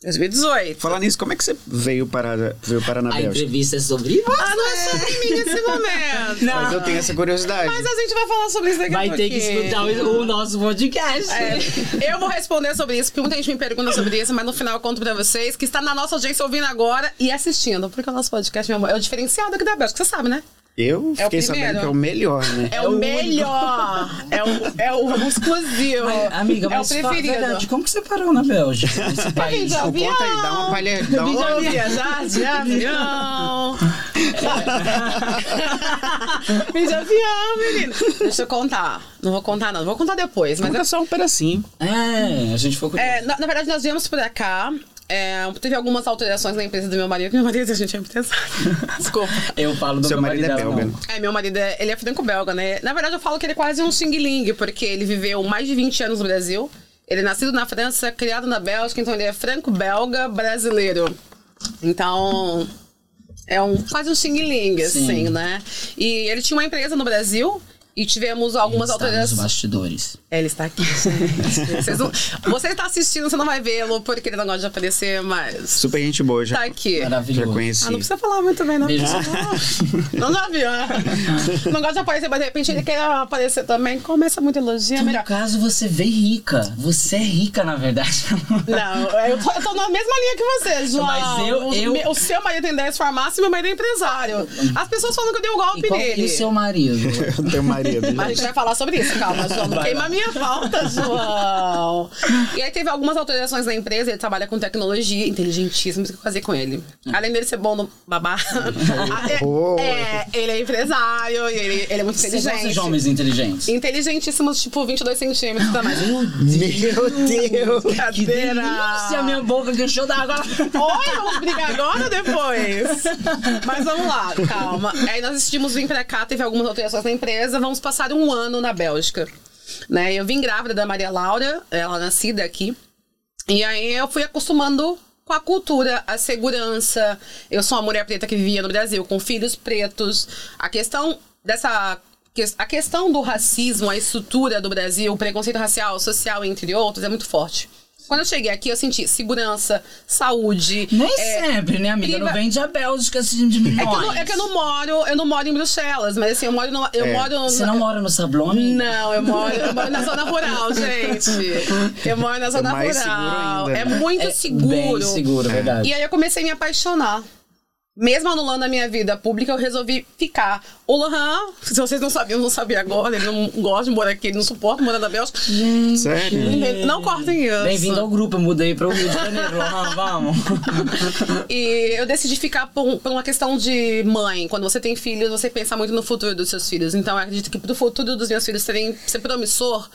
[SPEAKER 2] 2018.
[SPEAKER 3] Falar nisso, como é que você veio parar, veio parar na
[SPEAKER 1] A
[SPEAKER 3] Bélgica?
[SPEAKER 1] entrevista é sobre você.
[SPEAKER 2] Ah, não é sobre mim nesse momento.
[SPEAKER 3] Mas eu tenho essa curiosidade.
[SPEAKER 2] Mas é a gente vai falar sobre isso daqui a
[SPEAKER 1] Vai ter que
[SPEAKER 2] pouquinho.
[SPEAKER 1] escutar o, o nosso podcast.
[SPEAKER 2] É, eu vou responder sobre isso, porque muita gente me pergunta sobre isso, mas no final eu conto pra vocês que está na nossa audiência ouvindo agora e assistindo, porque o nosso podcast, meu amor, é o diferenciado aqui da Bélgica, você sabe, né?
[SPEAKER 3] Eu
[SPEAKER 2] É o
[SPEAKER 3] fiquei
[SPEAKER 2] primeiro.
[SPEAKER 3] sabendo que é o melhor, né?
[SPEAKER 2] É,
[SPEAKER 1] o
[SPEAKER 2] o,
[SPEAKER 1] único.
[SPEAKER 2] melhor! É o, é o exclusivo!
[SPEAKER 1] Amiga,
[SPEAKER 2] é
[SPEAKER 1] mas fala
[SPEAKER 2] o
[SPEAKER 1] a verdade,
[SPEAKER 2] preferido. Então.
[SPEAKER 1] como que você parou na Bélgica? Nesse país?
[SPEAKER 2] já-
[SPEAKER 3] Então, Conta aí, dá uma palha. Dá uma...
[SPEAKER 2] Vou viajar de avião! Vim de avião, menino! Deixa eu contar. Não vou contar, não. Vou contar depois, mas
[SPEAKER 3] Mas é só um pedacinho.
[SPEAKER 1] É, a gente foi com...
[SPEAKER 2] É, na, na verdade, nós viemos pra cá. é, teve algumas alterações na empresa do meu marido, que meu marido, a gente é empresário. Desculpa.
[SPEAKER 1] Eu falo do
[SPEAKER 3] Seu
[SPEAKER 1] meu
[SPEAKER 3] marido é
[SPEAKER 1] dela,
[SPEAKER 3] belga,
[SPEAKER 1] não.
[SPEAKER 3] né?
[SPEAKER 2] É, meu marido, é- ele é franco-belga, né? Na verdade, eu falo que ele é quase um xing-ling, porque ele viveu mais de 20 anos no Brasil. Ele é nascido na França, criado na Bélgica, então ele é franco-belga brasileiro. Então, é um, quase um xing-ling, assim, né? E ele tinha uma empresa no Brasil e tivemos algumas
[SPEAKER 1] Está nos
[SPEAKER 2] alterações.
[SPEAKER 1] bastidores.
[SPEAKER 2] É, Ele está aqui. gente. Vocês não- você está assistindo, você não vai vê-lo porque ele não gosta de aparecer, mas
[SPEAKER 3] Super gente boa,
[SPEAKER 2] está
[SPEAKER 3] já,
[SPEAKER 2] aqui. Ah,
[SPEAKER 3] já
[SPEAKER 1] Maravilhoso.
[SPEAKER 3] conheci.
[SPEAKER 2] não precisa falar muito bem, não.
[SPEAKER 1] é Beijo.
[SPEAKER 2] Não, não viu, né? Não gosta de aparecer, mas de repente ele quer aparecer também. Começa muito elogio, é
[SPEAKER 1] No
[SPEAKER 2] melhor.
[SPEAKER 1] caso, você veio rica. Você é rica, na verdade.
[SPEAKER 2] Não, eu tô, eu tô na mesma linha que você, João.
[SPEAKER 1] Mas eu-
[SPEAKER 2] O-
[SPEAKER 1] eu-
[SPEAKER 2] me- O seu marido tem 10 farmácias e meu marido é empresário. As pessoas falam que eu dei um golpe
[SPEAKER 1] E qual
[SPEAKER 2] nele.
[SPEAKER 1] e o seu marido?
[SPEAKER 3] Eu tenho um marido. né?
[SPEAKER 2] Mas tá a
[SPEAKER 3] gente.
[SPEAKER 2] gente vai falar sobre isso, calma, João. Não
[SPEAKER 1] é Vai
[SPEAKER 2] queima
[SPEAKER 1] lá.
[SPEAKER 2] a minha falta, João. E aí teve algumas autorizações na empresa, ele trabalha com tecnologia, inteligentíssimo, isso que eu fazer com ele.
[SPEAKER 1] Hum.
[SPEAKER 2] Além dele ser bom no babá,
[SPEAKER 3] horror.
[SPEAKER 2] é, é, ele é empresário, e ele, ele é muito
[SPEAKER 1] Você gosta de
[SPEAKER 2] inteligente.
[SPEAKER 1] homens inteligentes?
[SPEAKER 2] Inteligentíssimo, tipo 22 centímetros também.
[SPEAKER 3] Meu Deus!
[SPEAKER 1] Que
[SPEAKER 2] Brincadeira! É.
[SPEAKER 1] delícia, minha boca que encheu d'água.
[SPEAKER 2] Oi, vamos brigar agora ou depois? Mas vamos lá, calma. Aí nós decidimos vir pra cá, teve algumas alterações na empresa, vamos passar um ano na Bélgica. Né? Eu vim grávida da Maria Laura, ela nascida aqui. E aí eu fui acostumando com a cultura, a segurança. Eu sou uma mulher preta que vivia no Brasil, com filhos pretos. A questão dessa. A questão do racismo, a estrutura do Brasil, o preconceito racial, social, entre outros, é muito forte. Quando eu cheguei aqui, eu senti segurança, saúde.
[SPEAKER 1] Nem
[SPEAKER 2] é,
[SPEAKER 1] sempre, né, amiga? Não
[SPEAKER 2] priva-
[SPEAKER 1] vende a Bélgica assim de
[SPEAKER 2] É que, eu não,
[SPEAKER 1] nós.
[SPEAKER 2] é que eu não moro, eu não moro em Bruxelas, mas assim, eu moro no, eu
[SPEAKER 3] É.
[SPEAKER 2] moro
[SPEAKER 1] Você não mora no Sablone?
[SPEAKER 2] Não, eu moro, eu moro na zona rural, gente. Eu moro na zona
[SPEAKER 3] É mais seguro
[SPEAKER 2] rural.
[SPEAKER 3] ainda,
[SPEAKER 2] é
[SPEAKER 3] né?
[SPEAKER 2] muito
[SPEAKER 1] Bem seguro, verdade.
[SPEAKER 2] E aí eu comecei a me apaixonar. Mesmo anulando a minha vida pública, eu resolvi ficar. O Lohan, se vocês não sabiam, eu não sabia agora, ele não gosta de morar aqui, ele não suporta morar na Bélgica.
[SPEAKER 1] é
[SPEAKER 3] Sério?
[SPEAKER 2] Ele- Não cortem isso.
[SPEAKER 1] Bem-vindo ao grupo, eu mudei para o Rio de Janeiro. Lohan, vamos.
[SPEAKER 2] E eu decidi ficar por, por uma questão de mãe. Quando você tem filhos, você pensa muito no futuro dos seus filhos. Então eu acredito que pro futuro dos meus filhos serem, ser promissor,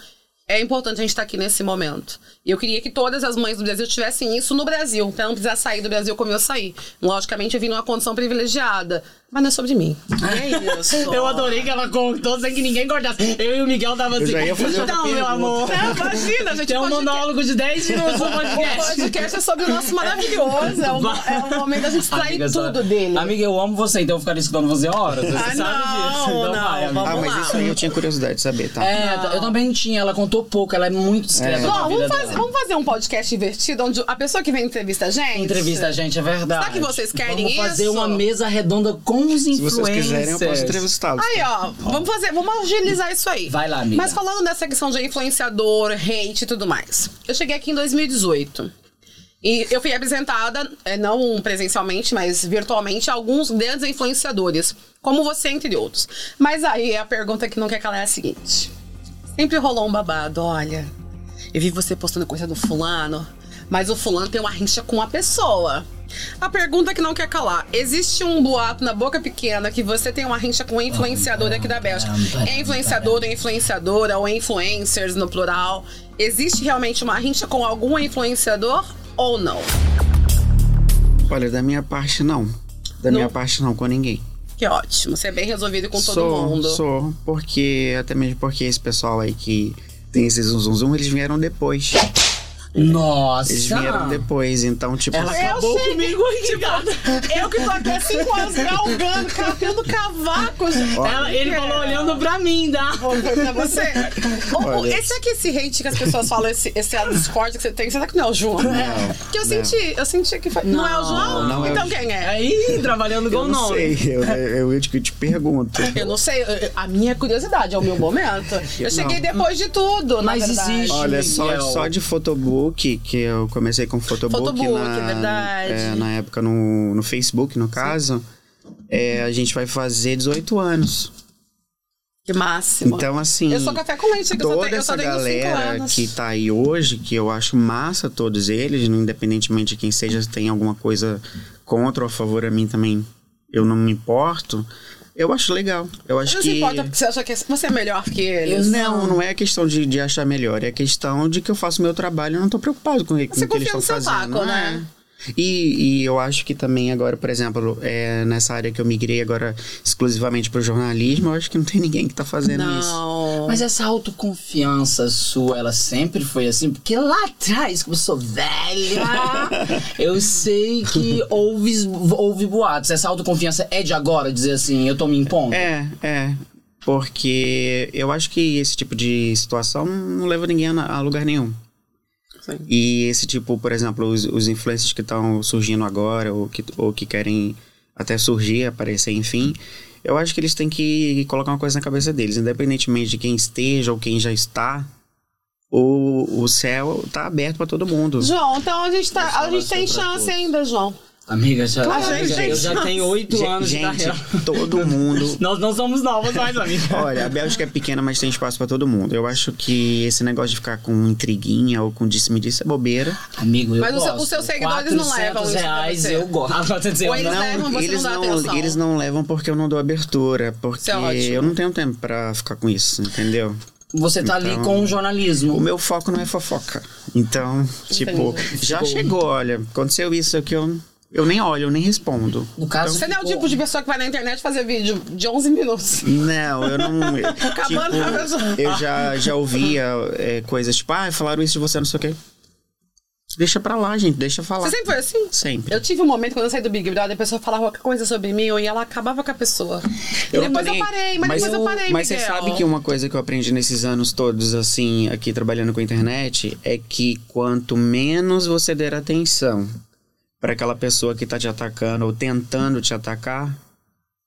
[SPEAKER 2] é importante a gente estar aqui nesse momento. E eu queria que todas as mães do Brasil tivessem isso no Brasil, pra não precisar sair do Brasil como eu saí. Logicamente, eu vim numa condição privilegiada. Mas não é sobre mim. É isso.
[SPEAKER 4] Eu adorei que ela contou sem que ninguém cortasse. Eu e o Miguel tava
[SPEAKER 3] Eu
[SPEAKER 4] assim.
[SPEAKER 3] já ia fazer outra
[SPEAKER 4] então, meu
[SPEAKER 3] pergunta."
[SPEAKER 4] amor.
[SPEAKER 2] É, imagina, gente.
[SPEAKER 4] Tem um
[SPEAKER 2] podcast-
[SPEAKER 4] monólogo de 10 minutos no
[SPEAKER 2] O
[SPEAKER 4] podcast.
[SPEAKER 2] podcast é sobre o nosso maravilhoso. É o, é o momento da gente extrair
[SPEAKER 1] Amiga, só-
[SPEAKER 2] tudo dele.
[SPEAKER 1] Amiga, eu amo você, então eu ficaria escutando você horas. Você
[SPEAKER 2] Ah,
[SPEAKER 1] sabe
[SPEAKER 2] não,
[SPEAKER 1] disso. Então
[SPEAKER 2] não,
[SPEAKER 1] vai, amiga.
[SPEAKER 3] Ah,
[SPEAKER 2] Vamos lá.
[SPEAKER 3] mas isso aí eu tinha curiosidade de saber, tá?
[SPEAKER 1] É, eu também tinha, ela contou pouco, ela é muito discreta. com a
[SPEAKER 2] Bom,
[SPEAKER 1] vida
[SPEAKER 2] vamos fazer,
[SPEAKER 1] dela.
[SPEAKER 2] vamos fazer um podcast divertido onde a pessoa que vem entrevista a gente.
[SPEAKER 1] Entrevista a gente, é verdade.
[SPEAKER 2] Será que vocês querem
[SPEAKER 1] vamos fazer
[SPEAKER 2] isso?
[SPEAKER 1] uma mesa redonda com os
[SPEAKER 3] Se
[SPEAKER 1] influencers.
[SPEAKER 3] vocês quiserem, eu posso entrevistá-los.
[SPEAKER 2] Aí, ó, vamos fazer, vamos agilizar isso aí.
[SPEAKER 1] Vai lá, amiga.
[SPEAKER 2] Mas falando dessa questão de influenciador, hate e tudo mais. Eu cheguei aqui em 2018. E eu fui apresentada, eh, não presencialmente, mas virtualmente, a alguns grandes influenciadores, como você, entre outros. Mas aí a pergunta que não quer calar é a seguinte: sempre rolou um babado, olha. Eu vi você postando coisa do fulano, mas o fulano tem uma rincha com a pessoa. A pergunta que não quer calar: existe um boato na boca pequena que você tem uma rincha com um influenciador aqui da Bélgica? É influenciador, ou influenciadora ou influencers no plural? Existe realmente uma rincha com algum influenciador ou não?
[SPEAKER 3] Olha, da minha parte, não. Da
[SPEAKER 2] Não.
[SPEAKER 3] minha parte, não, com ninguém.
[SPEAKER 2] Que ótimo, você é bem resolvido com todo
[SPEAKER 3] sou,
[SPEAKER 2] mundo.
[SPEAKER 3] Sou, porque... Até mesmo porque esse pessoal aí que tem esse zum, zum, zum, eles vieram depois.
[SPEAKER 1] Nossa!
[SPEAKER 3] Eles vieram depois, então, tipo...
[SPEAKER 1] Ela
[SPEAKER 3] assim,
[SPEAKER 1] acabou
[SPEAKER 2] cheguei-
[SPEAKER 1] comigo
[SPEAKER 2] Eu que tô aqui há cinco anos galgando, catando cavacos.
[SPEAKER 4] Ela-
[SPEAKER 2] É.
[SPEAKER 4] ele falou olhando pra mim, tá?
[SPEAKER 2] Foi pra você. O- o-
[SPEAKER 3] Olha.
[SPEAKER 2] esse aqui, esse hate que as pessoas falam, esse, esse discórdia que você tem, será que não é o João?
[SPEAKER 3] Não,
[SPEAKER 2] que eu
[SPEAKER 3] não.
[SPEAKER 2] senti, eu senti que foi. Não, é o João?
[SPEAKER 3] não é o
[SPEAKER 2] então
[SPEAKER 3] João.
[SPEAKER 2] quem é?
[SPEAKER 4] Aí, trabalhando com
[SPEAKER 3] Eu
[SPEAKER 4] o
[SPEAKER 3] não
[SPEAKER 4] nome.
[SPEAKER 3] sei, eu, eu, eu te, te pergunto.
[SPEAKER 2] Eu não sei, eu- eu- a minha curiosidade é o meu momento. Eu
[SPEAKER 3] Não.
[SPEAKER 2] cheguei depois de tudo, na
[SPEAKER 1] Mas
[SPEAKER 2] verdade.
[SPEAKER 1] existe.
[SPEAKER 3] Olha, só,
[SPEAKER 1] Miguel.
[SPEAKER 3] só de fotobook, que eu comecei com fotobook,
[SPEAKER 2] Photobook,
[SPEAKER 3] na,
[SPEAKER 2] verdade.
[SPEAKER 3] é, na época no, no Facebook, no caso, é, a gente vai fazer 18 anos.
[SPEAKER 2] Que máximo.
[SPEAKER 3] Então, assim,
[SPEAKER 2] eu sou café com leite, que eu só
[SPEAKER 3] toda
[SPEAKER 2] tenho, eu só
[SPEAKER 3] essa
[SPEAKER 2] tenho cinco
[SPEAKER 3] galera
[SPEAKER 2] anos.
[SPEAKER 3] que tá aí hoje, que eu acho massa todos eles, né? independentemente de quem seja, se tem alguma coisa contra ou a favor a mim também, eu não me importo. Eu acho legal. Eu acho
[SPEAKER 2] Não
[SPEAKER 3] que...
[SPEAKER 2] se importa porque você acha que você é melhor que eles.
[SPEAKER 3] Não, não é questão de, de achar melhor, é questão de que eu faço meu trabalho e não tô preocupado com o que, com
[SPEAKER 2] Você
[SPEAKER 3] o que eles
[SPEAKER 2] confia
[SPEAKER 3] estão
[SPEAKER 2] no seu
[SPEAKER 3] fazendo.
[SPEAKER 2] taco,
[SPEAKER 3] é.
[SPEAKER 2] né?
[SPEAKER 3] E, e eu acho que também agora, por exemplo, é, nessa área que eu migrei agora exclusivamente pro jornalismo, eu acho que não tem ninguém que tá fazendo isso.
[SPEAKER 2] Não.
[SPEAKER 1] Mas essa autoconfiança sua, ela sempre foi assim? Porque lá atrás, como eu sou velha, eu sei que houve, houve boatos. Essa autoconfiança é de agora, dizer assim, eu tô me impondo?
[SPEAKER 3] É, é. Porque eu acho que esse tipo de situação não leva ninguém a, a lugar nenhum.
[SPEAKER 2] Sim.
[SPEAKER 3] E esse tipo, por exemplo, os, os influencers que estão surgindo agora, ou que, ou que querem até surgir, aparecer, enfim, eu acho que eles têm que colocar uma coisa na cabeça deles, independentemente de quem esteja ou quem já está, o, o céu tá aberto para todo mundo.
[SPEAKER 2] João, então a gente, tá, a
[SPEAKER 1] Essa
[SPEAKER 2] gente
[SPEAKER 1] vai
[SPEAKER 2] tem
[SPEAKER 1] ser pra
[SPEAKER 2] chance
[SPEAKER 1] todos.
[SPEAKER 2] ainda, João.
[SPEAKER 1] Amiga, já,
[SPEAKER 2] Claro,
[SPEAKER 1] amiga,
[SPEAKER 2] gente,
[SPEAKER 1] eu já
[SPEAKER 2] nossa.
[SPEAKER 1] tenho oito
[SPEAKER 3] Ge-
[SPEAKER 1] anos de
[SPEAKER 3] gente,
[SPEAKER 1] carreira.
[SPEAKER 3] todo mundo.
[SPEAKER 4] Nós não somos novas mais, amiga.
[SPEAKER 3] Olha, a Bélgica é pequena, mas tem espaço para todo mundo. Eu acho que esse negócio de ficar com intriguinha ou com disse-me disse é bobeira.
[SPEAKER 1] Amigo, eu
[SPEAKER 2] Mas o seu-
[SPEAKER 1] gosto.
[SPEAKER 2] os seus seguidores não levam
[SPEAKER 1] 400
[SPEAKER 2] isso pra
[SPEAKER 1] reais,
[SPEAKER 2] você.
[SPEAKER 1] eu gosto. Ah, 400
[SPEAKER 2] Ou
[SPEAKER 1] reais,
[SPEAKER 2] eles
[SPEAKER 1] não.
[SPEAKER 2] levam, você
[SPEAKER 3] eles
[SPEAKER 2] não dá atenção.
[SPEAKER 3] eles não levam porque eu não dou abertura,
[SPEAKER 2] Isso
[SPEAKER 3] porque
[SPEAKER 2] é ótimo.
[SPEAKER 3] eu não tenho tempo pra ficar com isso, entendeu?
[SPEAKER 1] Você tá ali
[SPEAKER 3] Então-
[SPEAKER 1] com o
[SPEAKER 3] O
[SPEAKER 1] jornalismo.
[SPEAKER 3] meu foco não é fofoca. Então, tipo, já chegou, olha, aconteceu isso aqui, eu, eu nem olho, eu nem respondo.
[SPEAKER 1] No caso,
[SPEAKER 2] Você não é o
[SPEAKER 1] ficou-
[SPEAKER 2] tipo de pessoa que vai na internet fazer vídeo de 11 minutos.
[SPEAKER 3] Não, eu não. eu-
[SPEAKER 2] Tá Acabando com a pessoa.
[SPEAKER 3] tipo, eu já, já ouvia é, coisas tipo, ah, falaram isso de você, não sei o quê. Deixa pra lá, gente, deixa falar.
[SPEAKER 2] Você sempre foi assim?
[SPEAKER 3] Sempre.
[SPEAKER 2] Eu tive um momento quando eu saí do Big Brother, a pessoa falava qualquer coisa sobre mim e ela acabava com a pessoa.
[SPEAKER 3] Eu não
[SPEAKER 2] depois
[SPEAKER 3] tô
[SPEAKER 2] eu
[SPEAKER 3] nem aí.
[SPEAKER 2] parei, mas, depois eu, parei,
[SPEAKER 3] Mas
[SPEAKER 2] Miguel.
[SPEAKER 3] você sabe que uma coisa que eu aprendi nesses anos todos, assim, aqui trabalhando com a internet, é que quanto menos você der atenção pra aquela pessoa que tá te atacando ou tentando te atacar,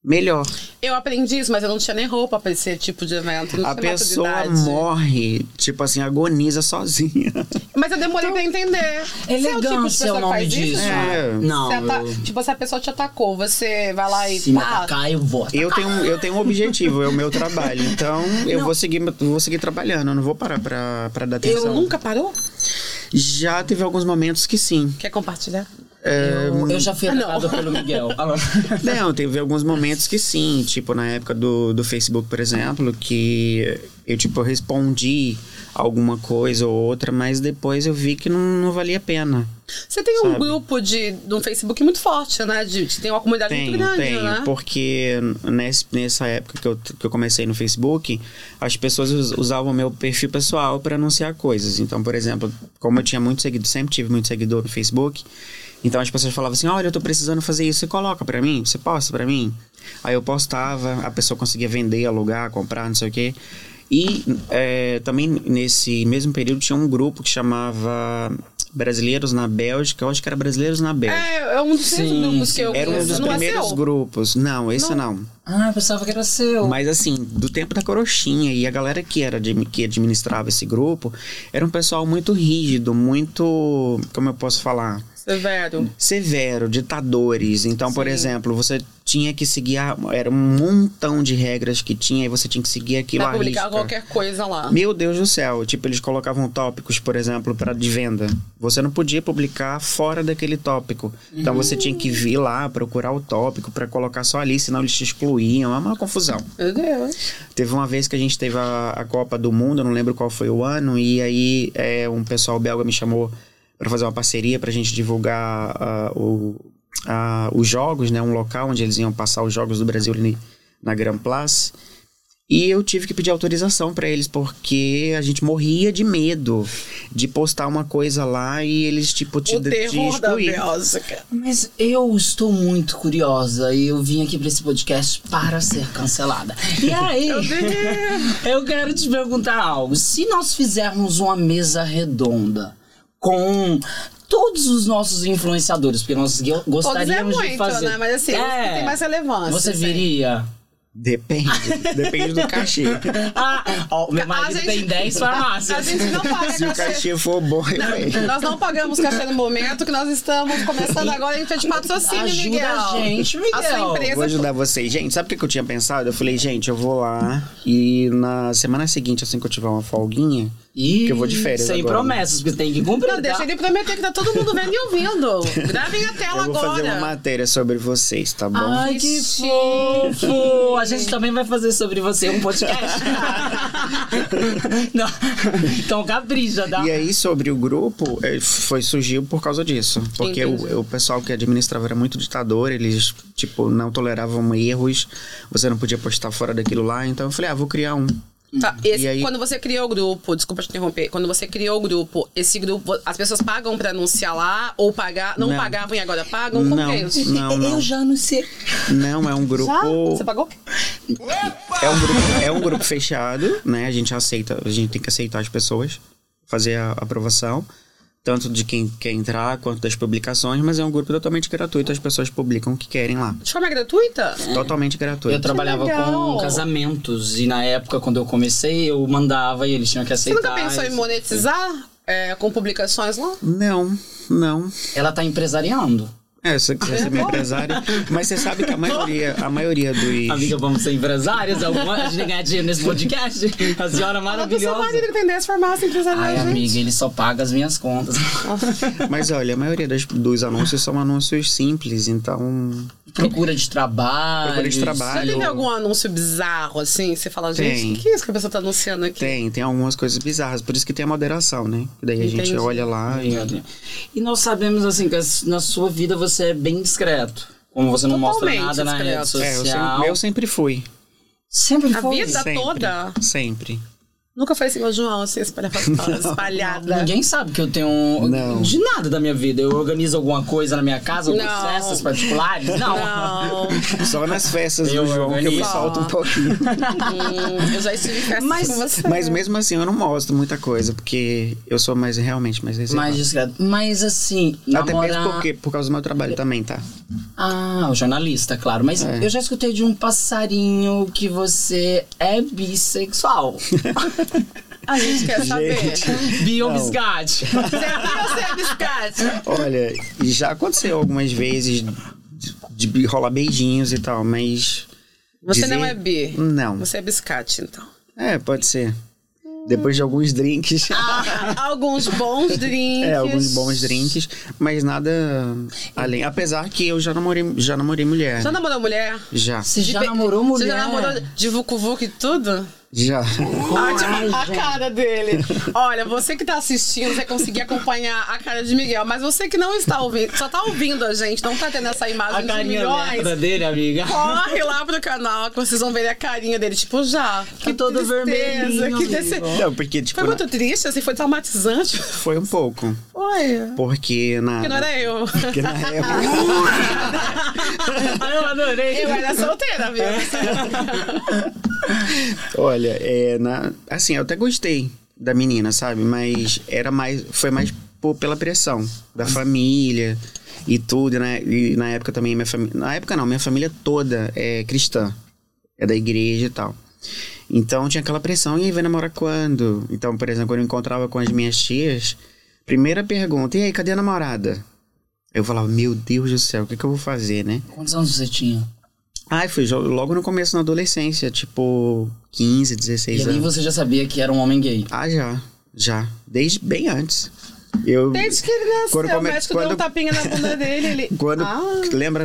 [SPEAKER 3] melhor.
[SPEAKER 2] Eu aprendi isso, mas eu não tinha nem roupa pra esse tipo de evento. Não
[SPEAKER 3] A
[SPEAKER 2] tinha
[SPEAKER 3] pessoa
[SPEAKER 2] maturidade.
[SPEAKER 3] morre, tipo assim, agoniza sozinha.
[SPEAKER 2] Mas eu demorei pra
[SPEAKER 3] Então,
[SPEAKER 2] entender. é
[SPEAKER 1] Elegância é o
[SPEAKER 2] tipo que
[SPEAKER 1] nome
[SPEAKER 2] faz
[SPEAKER 1] disso.
[SPEAKER 2] isso?
[SPEAKER 3] É.
[SPEAKER 1] Não,
[SPEAKER 2] Você ata-
[SPEAKER 1] eu-
[SPEAKER 2] Tipo, se a pessoa te atacou, você vai lá e.
[SPEAKER 1] se me
[SPEAKER 2] pá,
[SPEAKER 1] atacar, eu voto.
[SPEAKER 3] Eu tenho, eu tenho um objetivo, é o meu trabalho. Então, eu vou seguir, vou seguir trabalhando, eu não vou parar pra, pra dar atenção.
[SPEAKER 2] eu nunca parou?
[SPEAKER 3] Já teve alguns momentos que sim. É,
[SPEAKER 2] Quer compartilhar?
[SPEAKER 3] um,
[SPEAKER 1] Eu, eu já fui
[SPEAKER 2] Ah, não.
[SPEAKER 1] atacado pelo Miguel. Ah, não.
[SPEAKER 3] Não, teve alguns momentos que sim. Tipo, na época do, do Facebook, por exemplo, que eu, tipo, eu respondi alguma coisa ou outra, mas depois eu vi que não, não valia a pena.
[SPEAKER 2] Você tem um
[SPEAKER 3] Sabe.
[SPEAKER 2] grupo de, de um Facebook muito forte, né? De, de- tem uma comunidade muito
[SPEAKER 3] Tenho,
[SPEAKER 2] grande,
[SPEAKER 3] tenho.
[SPEAKER 2] né?
[SPEAKER 3] Porque nesse, nessa época que eu, que eu comecei no Facebook, as pessoas us- usavam meu perfil pessoal para anunciar coisas. Então, por exemplo, como eu tinha muito seguidor, sempre tive muito seguidor no Facebook, então as pessoas falavam assim: olha, eu tô precisando fazer isso, você coloca para mim? Você posta para mim? Aí eu postava, a pessoa conseguia vender, alugar, comprar, não sei o quê. E é, também nesse mesmo período tinha um grupo que chamava Brasileiros na Bélgica, eu acho que era Brasileiros na Bélgica.
[SPEAKER 2] É, é um dos primeiros
[SPEAKER 1] Sim,
[SPEAKER 2] grupos que eu
[SPEAKER 3] Era um
[SPEAKER 2] conheço.
[SPEAKER 3] dos
[SPEAKER 2] não é
[SPEAKER 3] primeiros
[SPEAKER 2] seu?
[SPEAKER 3] grupos. Não, esse não.
[SPEAKER 1] Ah, eu pensava que era seu.
[SPEAKER 3] Mas assim, do tempo da Corochinha e a galera que era admi- que administrava esse grupo era um pessoal muito rígido, muito, como eu posso falar,
[SPEAKER 2] Severo.
[SPEAKER 3] severo, ditadores. Então, por
[SPEAKER 2] Sim.
[SPEAKER 3] exemplo, você tinha que seguir a- era um montão de regras que tinha e você tinha que seguir aquilo à
[SPEAKER 2] Vai publicar
[SPEAKER 3] risca.
[SPEAKER 2] qualquer coisa lá.
[SPEAKER 3] Meu Deus do céu, tipo, eles colocavam tópicos, por exemplo, para de venda. Você não podia publicar fora daquele tópico. Então você tinha que vir lá procurar o tópico para colocar só ali, senão eles te excluíam. É uma confusão.
[SPEAKER 2] Meu Deus.
[SPEAKER 3] Teve uma vez que a gente teve a, a Copa do Mundo, eu não lembro qual foi o ano, e aí é, um pessoal belga me chamou para fazer uma parceria pra gente divulgar ah, o- ah, os jogos, né? Um local onde eles iam passar os jogos do Brasil ali na Grand Place. E eu tive que pedir autorização pra eles, porque a gente morria de medo de postar uma coisa lá e eles, tipo, te,
[SPEAKER 2] o
[SPEAKER 3] te
[SPEAKER 2] terror da
[SPEAKER 3] excluir.
[SPEAKER 2] Bélgica.
[SPEAKER 1] Mas eu estou muito curiosa e eu vim aqui pra esse podcast para ser cancelada. E aí, eu quero te perguntar algo. Se nós fizermos uma mesa redonda com todos os nossos influenciadores, porque nós go-
[SPEAKER 2] Todos é
[SPEAKER 1] gostaríamos de
[SPEAKER 2] muito,
[SPEAKER 1] fazer. É.
[SPEAKER 2] né? Mas assim, os que tem mais relevância.
[SPEAKER 1] Você
[SPEAKER 2] assim.
[SPEAKER 1] viria?
[SPEAKER 3] Depende, depende do cachê.
[SPEAKER 1] Ah, ó, meu
[SPEAKER 2] A
[SPEAKER 1] marido
[SPEAKER 2] gente-
[SPEAKER 1] tem 10
[SPEAKER 2] A
[SPEAKER 1] farmácias.
[SPEAKER 2] gente não
[SPEAKER 3] Se o
[SPEAKER 2] paga cachê.
[SPEAKER 3] cachê for bom, é eu venho.
[SPEAKER 2] Nós não pagamos cachê no momento, que nós estamos começando agora em frente de patrocínio,
[SPEAKER 1] Ajuda
[SPEAKER 2] Miguel.
[SPEAKER 1] a gente, Miguel.
[SPEAKER 2] A sua
[SPEAKER 3] Vou
[SPEAKER 2] empresa.
[SPEAKER 3] ajudar vocês. Gente, sabe o que que eu tinha pensado? Eu falei, gente, eu vou lá e na semana seguinte, assim que eu tiver uma folguinha,
[SPEAKER 1] Ih,
[SPEAKER 3] que eu vou de férias
[SPEAKER 1] Sem
[SPEAKER 3] agora.
[SPEAKER 1] promessas, porque tem que cumprir.
[SPEAKER 2] Não, deixa
[SPEAKER 1] tá?
[SPEAKER 2] ele prometer que tá todo mundo vendo e ouvindo. Gravem a
[SPEAKER 3] eu
[SPEAKER 2] tela
[SPEAKER 3] vou
[SPEAKER 2] agora.
[SPEAKER 3] fazer uma matéria sobre vocês, tá bom?
[SPEAKER 1] Ai, que
[SPEAKER 2] Vixe.
[SPEAKER 1] fofo! A gente também vai fazer sobre você um podcast. Não. Então capricha, tá?
[SPEAKER 3] E aí, sobre o grupo, eh, foi surgiu por causa disso. Porque
[SPEAKER 2] Entendi.
[SPEAKER 3] o, o pessoal que administrava era muito ditador, eles, tipo, não toleravam erros, você não podia postar fora daquilo lá, então eu falei, ah, vou criar um.
[SPEAKER 2] Tá, esse-
[SPEAKER 3] E aí-
[SPEAKER 2] Quando você criou o grupo, desculpa te interromper, quando você criou o grupo, esse grupo, as pessoas pagam pra anunciar lá ou pagar, não,
[SPEAKER 3] Não.
[SPEAKER 2] pagavam e agora pagam? Como
[SPEAKER 3] Não.
[SPEAKER 2] que é isso?
[SPEAKER 3] Não, não.
[SPEAKER 1] Eu já não sei.
[SPEAKER 3] Não, é um grupo.
[SPEAKER 2] Já? Você pagou?
[SPEAKER 3] É um, grupo, é um grupo fechado, né? A gente aceita, a gente tem que aceitar as pessoas, fazer a aprovação, tanto de quem quer entrar quanto das publicações, mas é um grupo totalmente gratuito, as pessoas publicam o que querem lá.
[SPEAKER 2] De forma é gratuita?
[SPEAKER 3] Totalmente
[SPEAKER 1] Eu
[SPEAKER 3] gratuito.
[SPEAKER 1] trabalhava
[SPEAKER 2] legal.
[SPEAKER 1] com casamentos e na época, quando eu comecei, eu mandava e eles tinham que
[SPEAKER 2] Você
[SPEAKER 1] aceitar.
[SPEAKER 2] nunca pensou em monetizar é, com publicações lá?
[SPEAKER 3] Não, não.
[SPEAKER 1] Ela tá empresariando.
[SPEAKER 3] É, você quer ser minha empresária. Mas você sabe que a maioria, a maioria dos.
[SPEAKER 1] Amiga, vamos ser empresárias? Alguma? A gente ganhar dinheiro nesse podcast? A senhora
[SPEAKER 2] Fala pro seu marido
[SPEAKER 1] maravilhosa.
[SPEAKER 2] que tem 10 farmácias
[SPEAKER 1] Ai,
[SPEAKER 2] empresariais, gente.
[SPEAKER 1] amiga, ele só paga as minhas contas.
[SPEAKER 3] Mas olha, a maioria das- dos anúncios são anúncios simples, então.
[SPEAKER 1] Procura de trabalho.
[SPEAKER 3] Procura de
[SPEAKER 2] Já
[SPEAKER 3] trabalho.
[SPEAKER 2] teve algum anúncio bizarro, assim? Você fala, gente,
[SPEAKER 3] Tem.
[SPEAKER 2] o que é isso que a pessoa tá anunciando aqui?
[SPEAKER 3] Tem, tem algumas coisas bizarras. Por isso que tem a moderação, né? Que Daí a gente
[SPEAKER 2] Entendi.
[SPEAKER 3] olha lá e.
[SPEAKER 1] E nós sabemos, assim, que as- na sua vida você é bem discreto. Como você não
[SPEAKER 2] Totalmente
[SPEAKER 1] mostra nada na rede
[SPEAKER 2] discreto.
[SPEAKER 1] social.
[SPEAKER 3] É, eu sempre, eu sempre fui.
[SPEAKER 1] Sempre
[SPEAKER 2] A
[SPEAKER 1] foi.
[SPEAKER 2] vida
[SPEAKER 3] Sempre.
[SPEAKER 2] toda?
[SPEAKER 3] Sempre.
[SPEAKER 2] Nunca falei assim, ô João, assim, espalha, espalhada.
[SPEAKER 1] Ninguém sabe que eu tenho.
[SPEAKER 3] Né?
[SPEAKER 1] um-
[SPEAKER 3] Não.
[SPEAKER 1] De nada da minha vida. Eu organizo alguma coisa na minha casa, algumas
[SPEAKER 2] Não.
[SPEAKER 1] festas particulares. Não.
[SPEAKER 2] Não.
[SPEAKER 3] Só nas festas
[SPEAKER 1] Eu
[SPEAKER 3] do João que eu me
[SPEAKER 1] organizo.
[SPEAKER 3] solto um pouquinho.
[SPEAKER 2] Hum, eu já estive em festa
[SPEAKER 1] Mas-
[SPEAKER 2] com você.
[SPEAKER 3] Mas mesmo assim, eu não mostro muita coisa, porque eu sou mais realmente mais reservado.
[SPEAKER 1] Mais discreto. Mas assim,
[SPEAKER 3] Até
[SPEAKER 1] namorar...
[SPEAKER 3] mesmo porque, por causa do meu trabalho também, tá?
[SPEAKER 1] Ah, o jornalista, claro. Mas
[SPEAKER 3] É.
[SPEAKER 1] eu já escutei de um passarinho que você é bissexual.
[SPEAKER 2] A gente quer saber.
[SPEAKER 1] Bio
[SPEAKER 3] Não.
[SPEAKER 1] Biscate.
[SPEAKER 2] Você é bi ou você é biscate?
[SPEAKER 3] Olha, já aconteceu algumas vezes de, de rolar beijinhos e tal, mas.
[SPEAKER 2] Você
[SPEAKER 3] dizer-
[SPEAKER 2] não é bi.
[SPEAKER 3] Não.
[SPEAKER 2] Você é biscate, então.
[SPEAKER 3] É, pode ser. Depois de alguns drinks.
[SPEAKER 2] Ah, Alguns bons drinks.
[SPEAKER 3] É, alguns bons drinks, mas nada além. Apesar que eu já namorei, já namorei mulher.
[SPEAKER 2] Já namorou mulher?
[SPEAKER 3] Já.
[SPEAKER 1] Você já
[SPEAKER 2] pe-
[SPEAKER 1] namorou mulher?
[SPEAKER 2] Você já namorou de vucu-vucu e tudo?
[SPEAKER 3] Já.
[SPEAKER 2] Ah, tipo, a cara dele. Olha, você que tá assistindo, você conseguir acompanhar a cara de Miguel, mas você que não está ouvindo, só tá ouvindo a gente, não tá tendo essa
[SPEAKER 1] A
[SPEAKER 2] imagem de
[SPEAKER 1] carinha
[SPEAKER 2] milhões.
[SPEAKER 1] letra dele, amiga.
[SPEAKER 2] Corre lá pro canal que vocês vão ver a carinha dele, tipo, já.
[SPEAKER 1] Tá
[SPEAKER 2] Que
[SPEAKER 1] todo vermelhinho,
[SPEAKER 2] Que dece...
[SPEAKER 3] Não, porque, tipo.
[SPEAKER 2] Foi
[SPEAKER 3] na-
[SPEAKER 2] muito triste, assim, foi traumatizante.
[SPEAKER 3] foi um pouco.
[SPEAKER 2] Foi.
[SPEAKER 3] Porque na.
[SPEAKER 2] Porque não era eu.
[SPEAKER 3] Porque na época.
[SPEAKER 1] Ah, eu adorei.
[SPEAKER 2] Eu era solteira, viu?
[SPEAKER 3] Olha, é, na, assim, eu até gostei da menina, sabe? Mas era mais. Foi mais pô, pela pressão da família e tudo, né? E na época também minha família. Na época não, minha família toda é cristã. É da igreja e tal. Então tinha aquela pressão, e aí vai namorar quando? Então, por exemplo, quando eu encontrava com as minhas tias, primeira pergunta, e aí, cadê a namorada? Eu falava, meu Deus do céu, o que, que eu vou fazer, né?
[SPEAKER 1] Quantos anos você tinha?
[SPEAKER 3] Ai, foi jo- logo no começo na adolescência, tipo 15, 16
[SPEAKER 1] E aí
[SPEAKER 3] anos.
[SPEAKER 1] você já sabia que era um homem gay.
[SPEAKER 3] Ah, já, já. Desde bem antes. Eu.
[SPEAKER 2] Desde que ele nasceu,
[SPEAKER 3] Quando
[SPEAKER 2] o
[SPEAKER 3] come-
[SPEAKER 2] médico
[SPEAKER 3] quando-
[SPEAKER 2] deu um tapinha na bunda dele, ele...
[SPEAKER 3] Quando.
[SPEAKER 2] Ah,
[SPEAKER 3] Lembra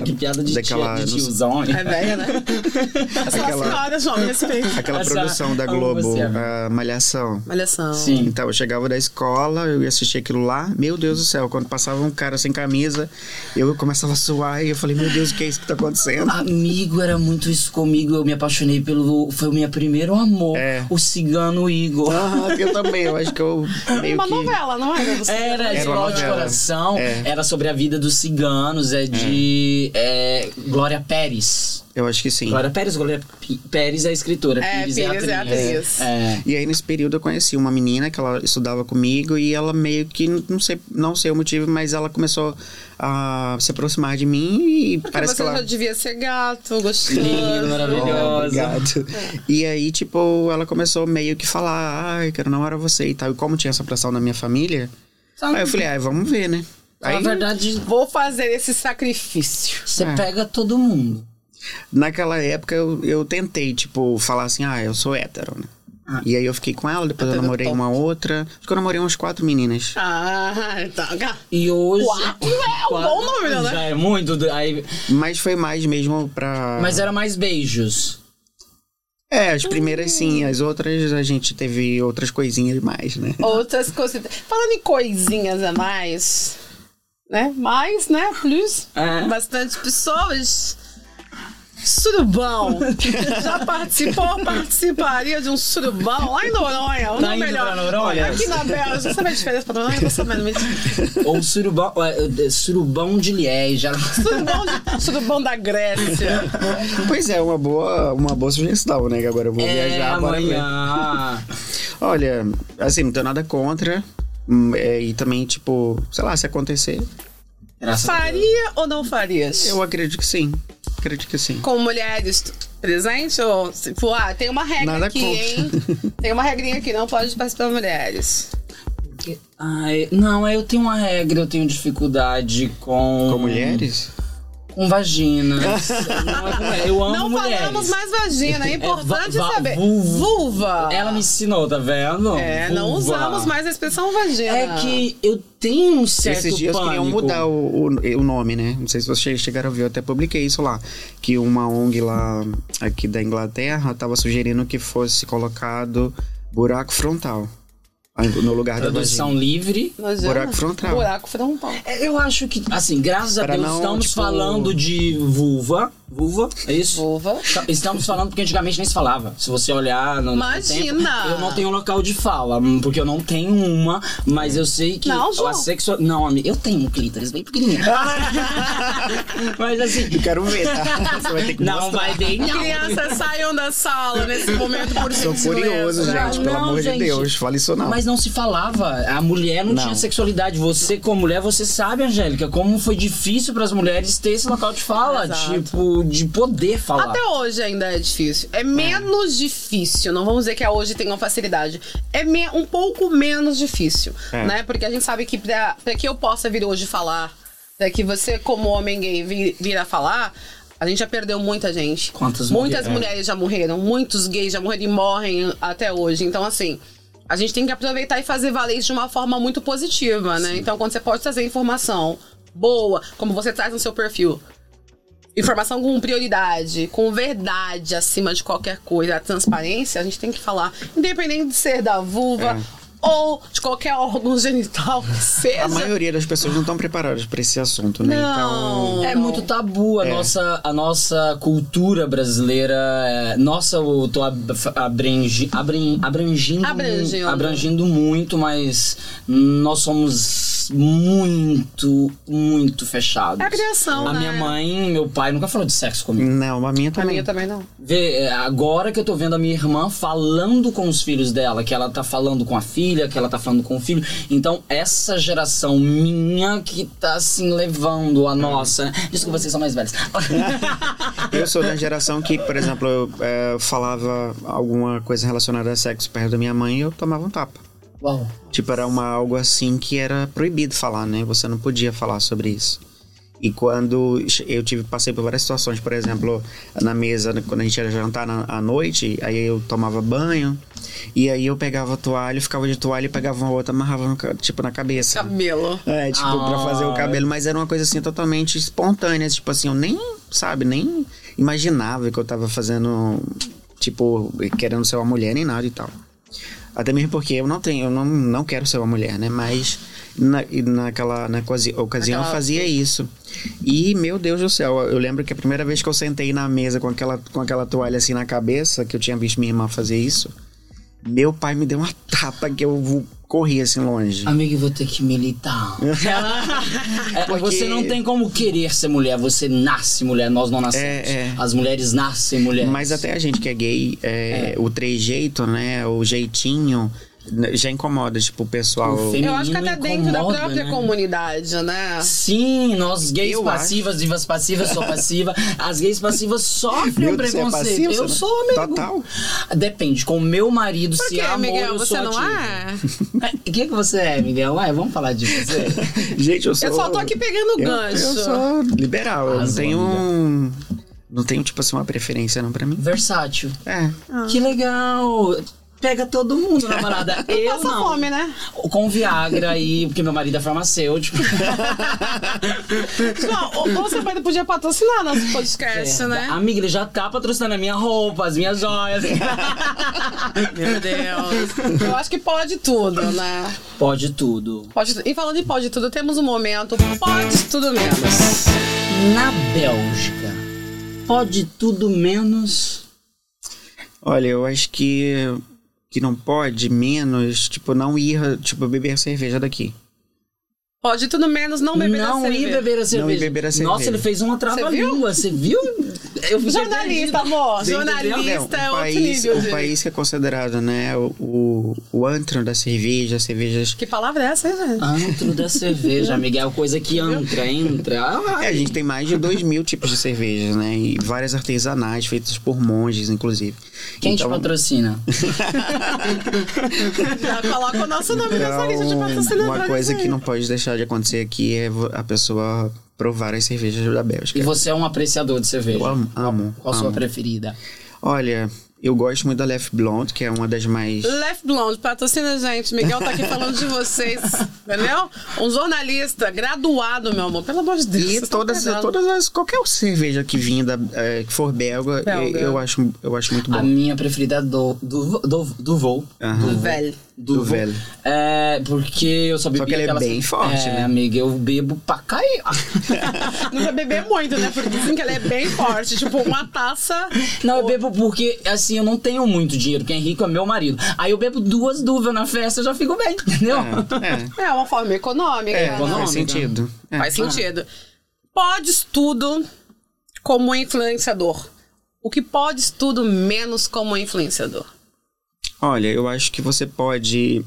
[SPEAKER 1] que piada de,
[SPEAKER 3] daquela,
[SPEAKER 1] tia, de
[SPEAKER 3] não sei-
[SPEAKER 1] tiozão, né?
[SPEAKER 2] é velha, né? Eu sou
[SPEAKER 3] Aquela-
[SPEAKER 2] uma senhora, João, me respeita.
[SPEAKER 3] Aquela
[SPEAKER 1] Essa-
[SPEAKER 3] produção da
[SPEAKER 1] amo
[SPEAKER 3] Globo,
[SPEAKER 1] você,
[SPEAKER 3] a Malhação.
[SPEAKER 2] Malhação.
[SPEAKER 1] Sim.
[SPEAKER 3] Então, eu chegava da escola, eu ia assistir aquilo lá. Meu Deus do céu, quando passava um cara sem camisa, eu começava a suar e eu falei, meu Deus, o que é isso que tá acontecendo?
[SPEAKER 1] Amigo, era muito isso comigo. Eu me apaixonei pelo. Foi o meu primeiro amor.
[SPEAKER 3] É.
[SPEAKER 1] O cigano Igor.
[SPEAKER 3] Ah, eu também, eu acho que eu meio
[SPEAKER 2] Uma
[SPEAKER 3] que.
[SPEAKER 2] novela, não era? Você-
[SPEAKER 1] Era,
[SPEAKER 3] Era
[SPEAKER 1] de
[SPEAKER 3] uma
[SPEAKER 1] Mal de
[SPEAKER 3] novela.
[SPEAKER 1] Coração.
[SPEAKER 3] É.
[SPEAKER 1] Era sobre a vida dos ciganos. É de. é, Glória Pérez.
[SPEAKER 3] Eu acho que sim.
[SPEAKER 1] Glória Pérez, Glória P- Pérez é a escritora.
[SPEAKER 2] É,
[SPEAKER 1] Pires,
[SPEAKER 2] Pires
[SPEAKER 1] é
[SPEAKER 2] é
[SPEAKER 1] a
[SPEAKER 2] a
[SPEAKER 1] atriz.
[SPEAKER 2] atriz.
[SPEAKER 1] É.
[SPEAKER 3] E aí nesse período eu conheci uma menina que ela estudava comigo e ela meio que não sei, não sei o motivo, mas ela começou a se aproximar de mim e
[SPEAKER 2] Porque
[SPEAKER 3] parece
[SPEAKER 2] você
[SPEAKER 3] que ela
[SPEAKER 2] já devia ser gato, gostoso.
[SPEAKER 1] Lindo, maravilhoso.
[SPEAKER 3] Obrigado.
[SPEAKER 2] É.
[SPEAKER 3] E aí, tipo, ela começou meio que falar, ai, quero namorar você e tal. E como tinha essa pressão na minha família, aí eu falei, ai, vamos ver, né?
[SPEAKER 1] Na
[SPEAKER 3] Aí,
[SPEAKER 1] verdade,
[SPEAKER 2] Vou fazer esse sacrifício.
[SPEAKER 1] você
[SPEAKER 3] É.
[SPEAKER 1] pega todo mundo.
[SPEAKER 3] naquela época, eu, eu tentei, tipo, falar assim, ah, eu sou hétero, né?
[SPEAKER 2] Ah.
[SPEAKER 3] E aí eu fiquei com ela, depois eu namorei uma outra. Acho que eu namorei umas quatro meninas.
[SPEAKER 2] Ah, então. cara.
[SPEAKER 1] E hoje.
[SPEAKER 2] Quatro é um bom número, né?
[SPEAKER 1] Já é muito. do- Aí,
[SPEAKER 3] Mas foi mais mesmo pra.
[SPEAKER 1] mas era mais beijos.
[SPEAKER 3] É, as primeiras
[SPEAKER 1] Uhum.
[SPEAKER 3] sim, as outras a gente teve outras coisinhas mais, né?
[SPEAKER 2] Outras coisas. Falando em coisinhas a mais, né? Mais, né? Plus.
[SPEAKER 1] É.
[SPEAKER 2] Bastante pessoas. Surubão. Já participou, participaria de um surubão lá em Noronha. ou
[SPEAKER 1] Tá
[SPEAKER 2] não
[SPEAKER 1] indo
[SPEAKER 2] melhor.
[SPEAKER 1] pra Noronha?
[SPEAKER 2] Aqui na Bélgica. Sabe a diferença pra Noronha? Você sabe, mas-
[SPEAKER 1] Ou surubão, é, é, surubão de Liege. era-
[SPEAKER 2] Surubão, de- surubão da Grécia.
[SPEAKER 3] Pois é, uma boa, uma boa sugestão, né? Que agora eu vou
[SPEAKER 1] Uhum. É,
[SPEAKER 3] viajar bora ver.
[SPEAKER 1] amanhã.
[SPEAKER 3] Olha, assim, não tenho nada contra. hum, é, e também, tipo, sei lá, se acontecer,
[SPEAKER 1] Graças a Deus.
[SPEAKER 2] Faria ou não farias?
[SPEAKER 3] eu acredito que sim. Acredito que sim.
[SPEAKER 2] com mulheres t- presente ou tipo, ah, tem uma regra
[SPEAKER 3] Nada
[SPEAKER 2] aqui,
[SPEAKER 3] contra.
[SPEAKER 2] hein? Tem uma regrinha aqui, não pode participar mulheres.
[SPEAKER 1] Ai, não, eu tenho uma regra, eu tenho dificuldade com.
[SPEAKER 3] Com mulheres?
[SPEAKER 1] Com vaginas. Não é com- eu amo
[SPEAKER 2] não
[SPEAKER 1] mulheres.
[SPEAKER 2] falamos mais vagina, é importante
[SPEAKER 1] É, va- va-
[SPEAKER 2] saber.
[SPEAKER 1] vulva.
[SPEAKER 2] Vulva.
[SPEAKER 1] Ela me ensinou, tá vendo?
[SPEAKER 2] É, não
[SPEAKER 1] Vulva.
[SPEAKER 2] usamos mais a expressão vagina.
[SPEAKER 1] É que eu tenho um certo
[SPEAKER 3] Esses dias
[SPEAKER 1] pânico.
[SPEAKER 3] queriam mudar o, o, o nome, né? Não sei se vocês chegaram a ver, eu até publiquei isso lá. Que uma ONG lá aqui da Inglaterra tava sugerindo que fosse colocado buraco frontal ah, no lugar da vagina.
[SPEAKER 1] Tradução livre.
[SPEAKER 2] Vagina.
[SPEAKER 3] buraco frontal.
[SPEAKER 2] Buraco frontal.
[SPEAKER 1] É, Eu acho que, assim, graças a
[SPEAKER 3] Pra
[SPEAKER 1] Deus,
[SPEAKER 3] não,
[SPEAKER 1] estamos
[SPEAKER 3] tipo-
[SPEAKER 1] falando de vulva. vulva, é isso?
[SPEAKER 2] Vulva.
[SPEAKER 1] Estamos falando porque antigamente nem se falava. Se você olhar no, no
[SPEAKER 2] Imagina!
[SPEAKER 1] tempo, eu não tenho local de fala, hum, porque eu não tenho uma, mas eu sei que
[SPEAKER 2] Não,
[SPEAKER 1] a
[SPEAKER 2] João.
[SPEAKER 1] sexual, não, amiga, eu tenho um clítoris bem pequenininho. mas assim,
[SPEAKER 3] Eu quero ver, tá? Você vai ter que
[SPEAKER 1] não
[SPEAKER 3] mostrar.
[SPEAKER 1] vai bem não.
[SPEAKER 2] Crianças saiam da sala nesse momento por
[SPEAKER 3] Sou curioso,
[SPEAKER 2] gentileza.
[SPEAKER 3] gente. Pelo
[SPEAKER 1] Não,
[SPEAKER 3] amor de
[SPEAKER 1] gente.
[SPEAKER 3] Deus, fala isso não.
[SPEAKER 1] Mas não se falava. A mulher não,
[SPEAKER 3] Não.
[SPEAKER 1] tinha sexualidade. Você, como mulher, você sabe, Angélica, como foi difícil para as mulheres ter esse local de fala,
[SPEAKER 2] Exato.
[SPEAKER 1] tipo, de poder falar.
[SPEAKER 2] Até hoje ainda é difícil. É menos difícil. Não vamos dizer que é hoje tem uma facilidade. É me- um pouco menos difícil,
[SPEAKER 3] É.
[SPEAKER 2] né? Porque a gente sabe que pra, pra que eu possa vir hoje falar, pra que você, como homem gay, vi- vir a falar, a gente já perdeu muita gente.
[SPEAKER 1] Quantas
[SPEAKER 2] Muitas
[SPEAKER 1] mulheres-
[SPEAKER 2] mulheres já morreram, muitos gays já morreram e morrem até hoje. Então, assim. A gente tem que aproveitar e fazer valer isso de uma forma muito positiva, né? Então, quando você pode trazer informação boa, como você traz no seu perfil, Informação com prioridade, com verdade acima de qualquer coisa, a transparência, a gente tem que falar, independente de ser da vulva ou de qualquer órgão genital que seja.
[SPEAKER 3] A maioria das pessoas não estão preparadas pra esse assunto, né?
[SPEAKER 2] Não.
[SPEAKER 3] Então.
[SPEAKER 1] É muito tabu a,
[SPEAKER 3] É.
[SPEAKER 1] nossa, a nossa cultura brasileira. é, nossa, eu tô ab- abrangi, abran- abrangindo,
[SPEAKER 2] Abrangindo.
[SPEAKER 1] abrangindo muito, mas nós somos muito, muito fechados.
[SPEAKER 2] É a criação,
[SPEAKER 1] A
[SPEAKER 2] né?
[SPEAKER 1] minha mãe, meu pai nunca falou de sexo comigo.
[SPEAKER 3] Então, Não, a minha
[SPEAKER 2] A
[SPEAKER 3] também.
[SPEAKER 2] minha também não.
[SPEAKER 1] Vê, é, agora que eu tô vendo a minha irmã falando com os filhos dela, que ela tá falando com a filha, que ela tá falando com o filho. Então, essa geração minha que tá assim levando a nossa. né? Desculpa, vocês são mais velhos.
[SPEAKER 3] Eu sou da geração que, por exemplo, eu é, falava alguma coisa relacionada a sexo perto da minha mãe e eu tomava um tapa.
[SPEAKER 1] Uau.
[SPEAKER 3] Tipo, era uma, algo assim que era proibido falar, né? Você não podia falar sobre isso. E quando che- eu tive, passei por várias situações, por exemplo, na mesa, né, quando a gente ia jantar na, à noite, aí eu tomava banho, e aí eu pegava a toalha, ficava de toalha e pegava uma outra, amarrava, no ca- tipo, na cabeça.
[SPEAKER 2] Cabelo.
[SPEAKER 3] É, tipo, pra fazer o cabelo, mas era uma coisa assim totalmente espontânea. Tipo assim, eu nem, sabe, nem imaginava que eu tava fazendo, tipo, querendo ser uma mulher nem nada e tal. Até mesmo porque eu não tenho, eu não, não quero ser uma mulher, né? Mas na, e naquela na ocasi- ocasião eu
[SPEAKER 2] Naquela-
[SPEAKER 3] fazia isso. E, meu Deus do céu, eu lembro que a primeira vez que eu sentei na mesa com aquela, com aquela toalha assim na cabeça, que eu tinha visto minha irmã fazer isso, meu pai me deu uma tapa que eu corri assim longe.
[SPEAKER 1] Amigo, eu vou ter que militar. É,
[SPEAKER 3] Porque-
[SPEAKER 1] Você não tem como querer ser mulher, você nasce mulher, nós não nascemos.
[SPEAKER 3] É, é.
[SPEAKER 1] As mulheres nascem mulheres.
[SPEAKER 3] Mas até a gente que é gay, é, o trejeito, né? O jeitinho né, já incomoda, tipo, o pessoal.
[SPEAKER 1] O
[SPEAKER 2] Eu acho que até
[SPEAKER 1] Menino
[SPEAKER 2] dentro da
[SPEAKER 1] incomoda,
[SPEAKER 2] própria
[SPEAKER 1] né?
[SPEAKER 2] comunidade, né?
[SPEAKER 1] Sim, nós gays
[SPEAKER 3] Eu
[SPEAKER 1] passivas, divas passivas, sou passiva. As gays passivas sofrem
[SPEAKER 3] Meu
[SPEAKER 1] um
[SPEAKER 3] Deus, você é
[SPEAKER 1] preconceito.
[SPEAKER 3] passivo,
[SPEAKER 1] eu
[SPEAKER 3] você
[SPEAKER 1] sou, amigo.
[SPEAKER 3] Total.
[SPEAKER 1] Depende, com o meu marido,
[SPEAKER 2] Por
[SPEAKER 1] se
[SPEAKER 2] quê,
[SPEAKER 1] é amor,
[SPEAKER 2] Miguel?
[SPEAKER 1] eu
[SPEAKER 2] Você
[SPEAKER 1] sou
[SPEAKER 2] não é?
[SPEAKER 1] O que, que você é, Miguel? Ué, vamos falar de você. é
[SPEAKER 3] gente, eu sou.
[SPEAKER 2] Eu só tô aqui pegando
[SPEAKER 3] eu-
[SPEAKER 2] gancho.
[SPEAKER 3] Eu sou liberal, eu não
[SPEAKER 1] Arrasou,
[SPEAKER 3] tenho.
[SPEAKER 1] amiga.
[SPEAKER 3] um- Não tenho, tipo assim, uma preferência, não, pra mim.
[SPEAKER 1] Versátil.
[SPEAKER 3] É.
[SPEAKER 2] Ah.
[SPEAKER 1] Que legal. Pega todo mundo, namorada. Eu
[SPEAKER 2] Passa
[SPEAKER 1] não.
[SPEAKER 2] fome, né?
[SPEAKER 1] Com Viagra e... Porque meu marido é farmacêutico.
[SPEAKER 2] João, ou- ou você pai podia patrocinar nosso
[SPEAKER 1] É,
[SPEAKER 2] podcast, né?
[SPEAKER 1] Amiga, ele já tá patrocinando a minha roupa, as minhas joias.
[SPEAKER 2] Meu Deus. Eu acho que pode tudo, né?
[SPEAKER 1] Pode tudo.
[SPEAKER 2] Pode, e falando em pode tudo, temos um momento pode tudo menos.
[SPEAKER 1] Na Bélgica, pode tudo menos.
[SPEAKER 3] Olha, eu acho que. Que não pode menos, tipo, não ir, tipo, beber cerveja daqui.
[SPEAKER 2] Pode tudo menos não beber
[SPEAKER 1] não
[SPEAKER 2] da
[SPEAKER 1] ir
[SPEAKER 2] cerveja.
[SPEAKER 1] beber a cerveja.
[SPEAKER 3] beber a cerveja.
[SPEAKER 1] Nossa, ele fez uma trava-língua, você viu? Eu fiquei perdida.
[SPEAKER 2] Jornalista, amor.
[SPEAKER 1] Você entendeu?
[SPEAKER 2] Jornalista é
[SPEAKER 3] um
[SPEAKER 2] outro
[SPEAKER 3] país,
[SPEAKER 2] nível
[SPEAKER 3] um
[SPEAKER 2] de-
[SPEAKER 3] país que é considerado, né, o, o, o antro da cerveja, as cervejas
[SPEAKER 2] Que palavra é essa, hein, gente?
[SPEAKER 1] Antro da cerveja, Miguel, coisa que entra, entra. Ah,
[SPEAKER 3] É, a gente tem mais de dois mil tipos de cervejas, né? E várias artesanais, feitas por monges, inclusive.
[SPEAKER 1] Quem te
[SPEAKER 3] Então,
[SPEAKER 1] patrocina?
[SPEAKER 2] Já coloca o nosso nome nessa lista de
[SPEAKER 3] então,
[SPEAKER 2] patrocinadores.
[SPEAKER 3] uma coisa
[SPEAKER 2] é aí.
[SPEAKER 3] que não pode deixar de acontecer aqui é vo- a pessoa provar as cervejas da Bélgica.
[SPEAKER 1] E você é um apreciador de cerveja.
[SPEAKER 3] Eu amo, amo,
[SPEAKER 1] Qual a sua
[SPEAKER 3] amo.
[SPEAKER 1] preferida?
[SPEAKER 3] Olha, eu gosto muito da Left Blonde, que é uma das mais...
[SPEAKER 2] Left Blonde, patrocina a gente. Miguel tá aqui falando de vocês, entendeu? Um jornalista graduado, meu amor. Pelo amor de Deus.
[SPEAKER 3] E
[SPEAKER 2] vocês estão
[SPEAKER 3] todas,
[SPEAKER 2] pegando.
[SPEAKER 3] todas as... Qualquer cerveja que vinha, da, eh, que for belga, eu-
[SPEAKER 2] Belga.
[SPEAKER 3] Eu, acho, eu acho muito bom.
[SPEAKER 1] A minha preferida é do, do, do, do voo.
[SPEAKER 3] Aham.
[SPEAKER 2] Velho.
[SPEAKER 1] do,
[SPEAKER 3] Do velho.
[SPEAKER 1] É, porque eu só bebia
[SPEAKER 3] que ele é
[SPEAKER 1] aquelas-
[SPEAKER 3] bem forte,
[SPEAKER 1] é,
[SPEAKER 3] né?
[SPEAKER 1] amiga, eu bebo pra cair.
[SPEAKER 2] Não vai beber muito, né? Porque dizem que ela é bem forte. Tipo, uma taça.
[SPEAKER 1] Não, eu bebo porque, assim, eu não tenho muito dinheiro. Quem é rico é meu marido. Aí eu bebo duas dúvidas na festa, eu já fico bem, entendeu?
[SPEAKER 3] É,
[SPEAKER 2] É uma forma econômica.
[SPEAKER 3] é,
[SPEAKER 2] né?
[SPEAKER 3] faz sentido. É.
[SPEAKER 2] Faz sentido. Pode tudo como influenciador. O que pode tudo menos como influenciador?
[SPEAKER 3] Olha, eu acho que você pode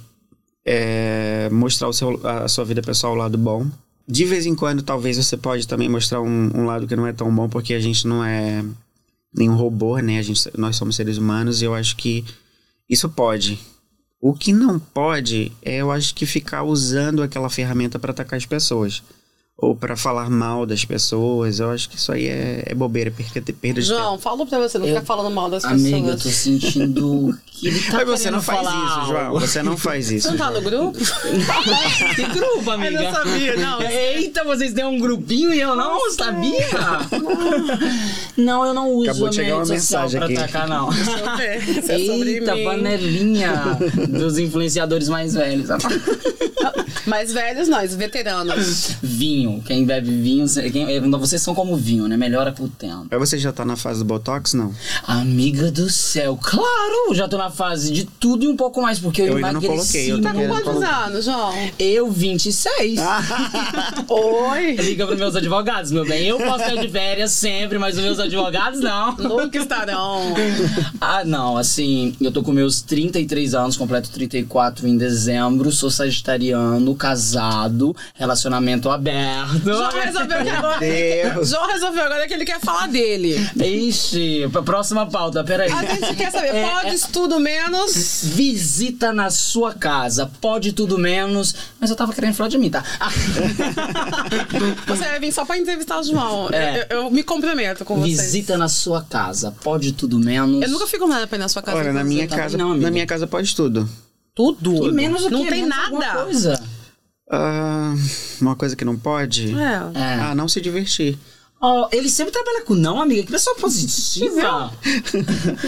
[SPEAKER 3] é, mostrar o seu- a sua vida pessoal o lado bom. De vez em quando, talvez você pode também mostrar um, um lado que não é tão bom, porque a gente não é nenhum robô, né? A gente, nós somos seres humanos e eu acho que isso pode. O que não pode é, eu acho que ficar usando aquela ferramenta para atacar as pessoas. Ou para falar mal das pessoas. Eu acho que isso aí é, é bobeira, perca- perda de tempo.
[SPEAKER 2] João, fala pra você, não fica falando mal das
[SPEAKER 1] Amiga, eu tô
[SPEAKER 2] pessoas.
[SPEAKER 1] sentindo que ele tá
[SPEAKER 3] Mas você
[SPEAKER 1] querendo
[SPEAKER 3] não faz
[SPEAKER 1] falar
[SPEAKER 3] isso,
[SPEAKER 1] algo.
[SPEAKER 3] João. Você não faz isso.
[SPEAKER 2] Você não tá no grupo?
[SPEAKER 1] Que grupo, amiga?
[SPEAKER 2] Eu não sabia, não.
[SPEAKER 1] Eita, vocês têm um grupinho e eu não sabia? Não, eu não uso
[SPEAKER 3] Acabou
[SPEAKER 1] a
[SPEAKER 3] de
[SPEAKER 1] minha
[SPEAKER 3] chegar
[SPEAKER 1] rede
[SPEAKER 3] uma
[SPEAKER 1] social
[SPEAKER 3] mensagem
[SPEAKER 1] pra
[SPEAKER 3] aqui.
[SPEAKER 1] atacar, não.
[SPEAKER 2] Isso é sobre
[SPEAKER 1] Eita,
[SPEAKER 2] mim.
[SPEAKER 1] panelinha dos influenciadores mais velhos.
[SPEAKER 2] Mais velhos nós, veteranos.
[SPEAKER 1] Vinho, quem bebe vinho, cê- quem- eh, vocês são como vinho, né? Melhora com o tempo.
[SPEAKER 3] Mas você já tá na fase do Botox, não?
[SPEAKER 1] Amiga do céu, claro, já tô na fase de tudo e um pouco mais, porque eu,
[SPEAKER 3] Eu ainda não
[SPEAKER 1] emagreci.
[SPEAKER 3] coloquei, eu tô
[SPEAKER 2] Tá com
[SPEAKER 3] querendo
[SPEAKER 2] quantos
[SPEAKER 3] colocar. Ah.
[SPEAKER 2] anos, João?
[SPEAKER 1] Eu, 26.
[SPEAKER 2] Oi!
[SPEAKER 1] Liga pros meus advogados, meu bem. Eu posso ter de férias sempre, mas os meus advogados não.
[SPEAKER 2] Nunca estarão.
[SPEAKER 1] Ah, não, assim, eu tô com meus 33 anos, completo 34 em dezembro, sou sagitariano, casado, relacionamento aberto.
[SPEAKER 2] João resolveu que agora.
[SPEAKER 3] Deus.
[SPEAKER 2] João resolveu agora que ele quer falar dele.
[SPEAKER 1] Ixi, pra próxima pauta, peraí.
[SPEAKER 2] A gente quer saber,
[SPEAKER 1] É,
[SPEAKER 2] pode tudo menos.
[SPEAKER 1] Visita na sua casa, pode tudo menos. Mas eu tava querendo falar de mim, tá? Ah.
[SPEAKER 2] Você vai vir só pra entrevistar o João.
[SPEAKER 1] É.
[SPEAKER 2] Eu, eu me comprometo com vocês.
[SPEAKER 1] Visita na sua casa, pode tudo menos.
[SPEAKER 2] Eu nunca fico nada pra ir na sua casa.
[SPEAKER 3] Olha, na
[SPEAKER 2] Você
[SPEAKER 3] minha
[SPEAKER 2] tá-
[SPEAKER 3] casa,
[SPEAKER 1] não, amiga.
[SPEAKER 3] na minha casa pode tudo.
[SPEAKER 2] Tudo.
[SPEAKER 1] E menos o
[SPEAKER 2] Não
[SPEAKER 1] quê?
[SPEAKER 2] tem
[SPEAKER 1] Menos alguma
[SPEAKER 2] nada.
[SPEAKER 1] Coisa.
[SPEAKER 3] Ah, uma coisa que não pode.
[SPEAKER 2] É.
[SPEAKER 1] É.
[SPEAKER 3] Ah, não se divertir.
[SPEAKER 1] Ó, ele sempre trabalha com não, amiga. Que pessoa positiva.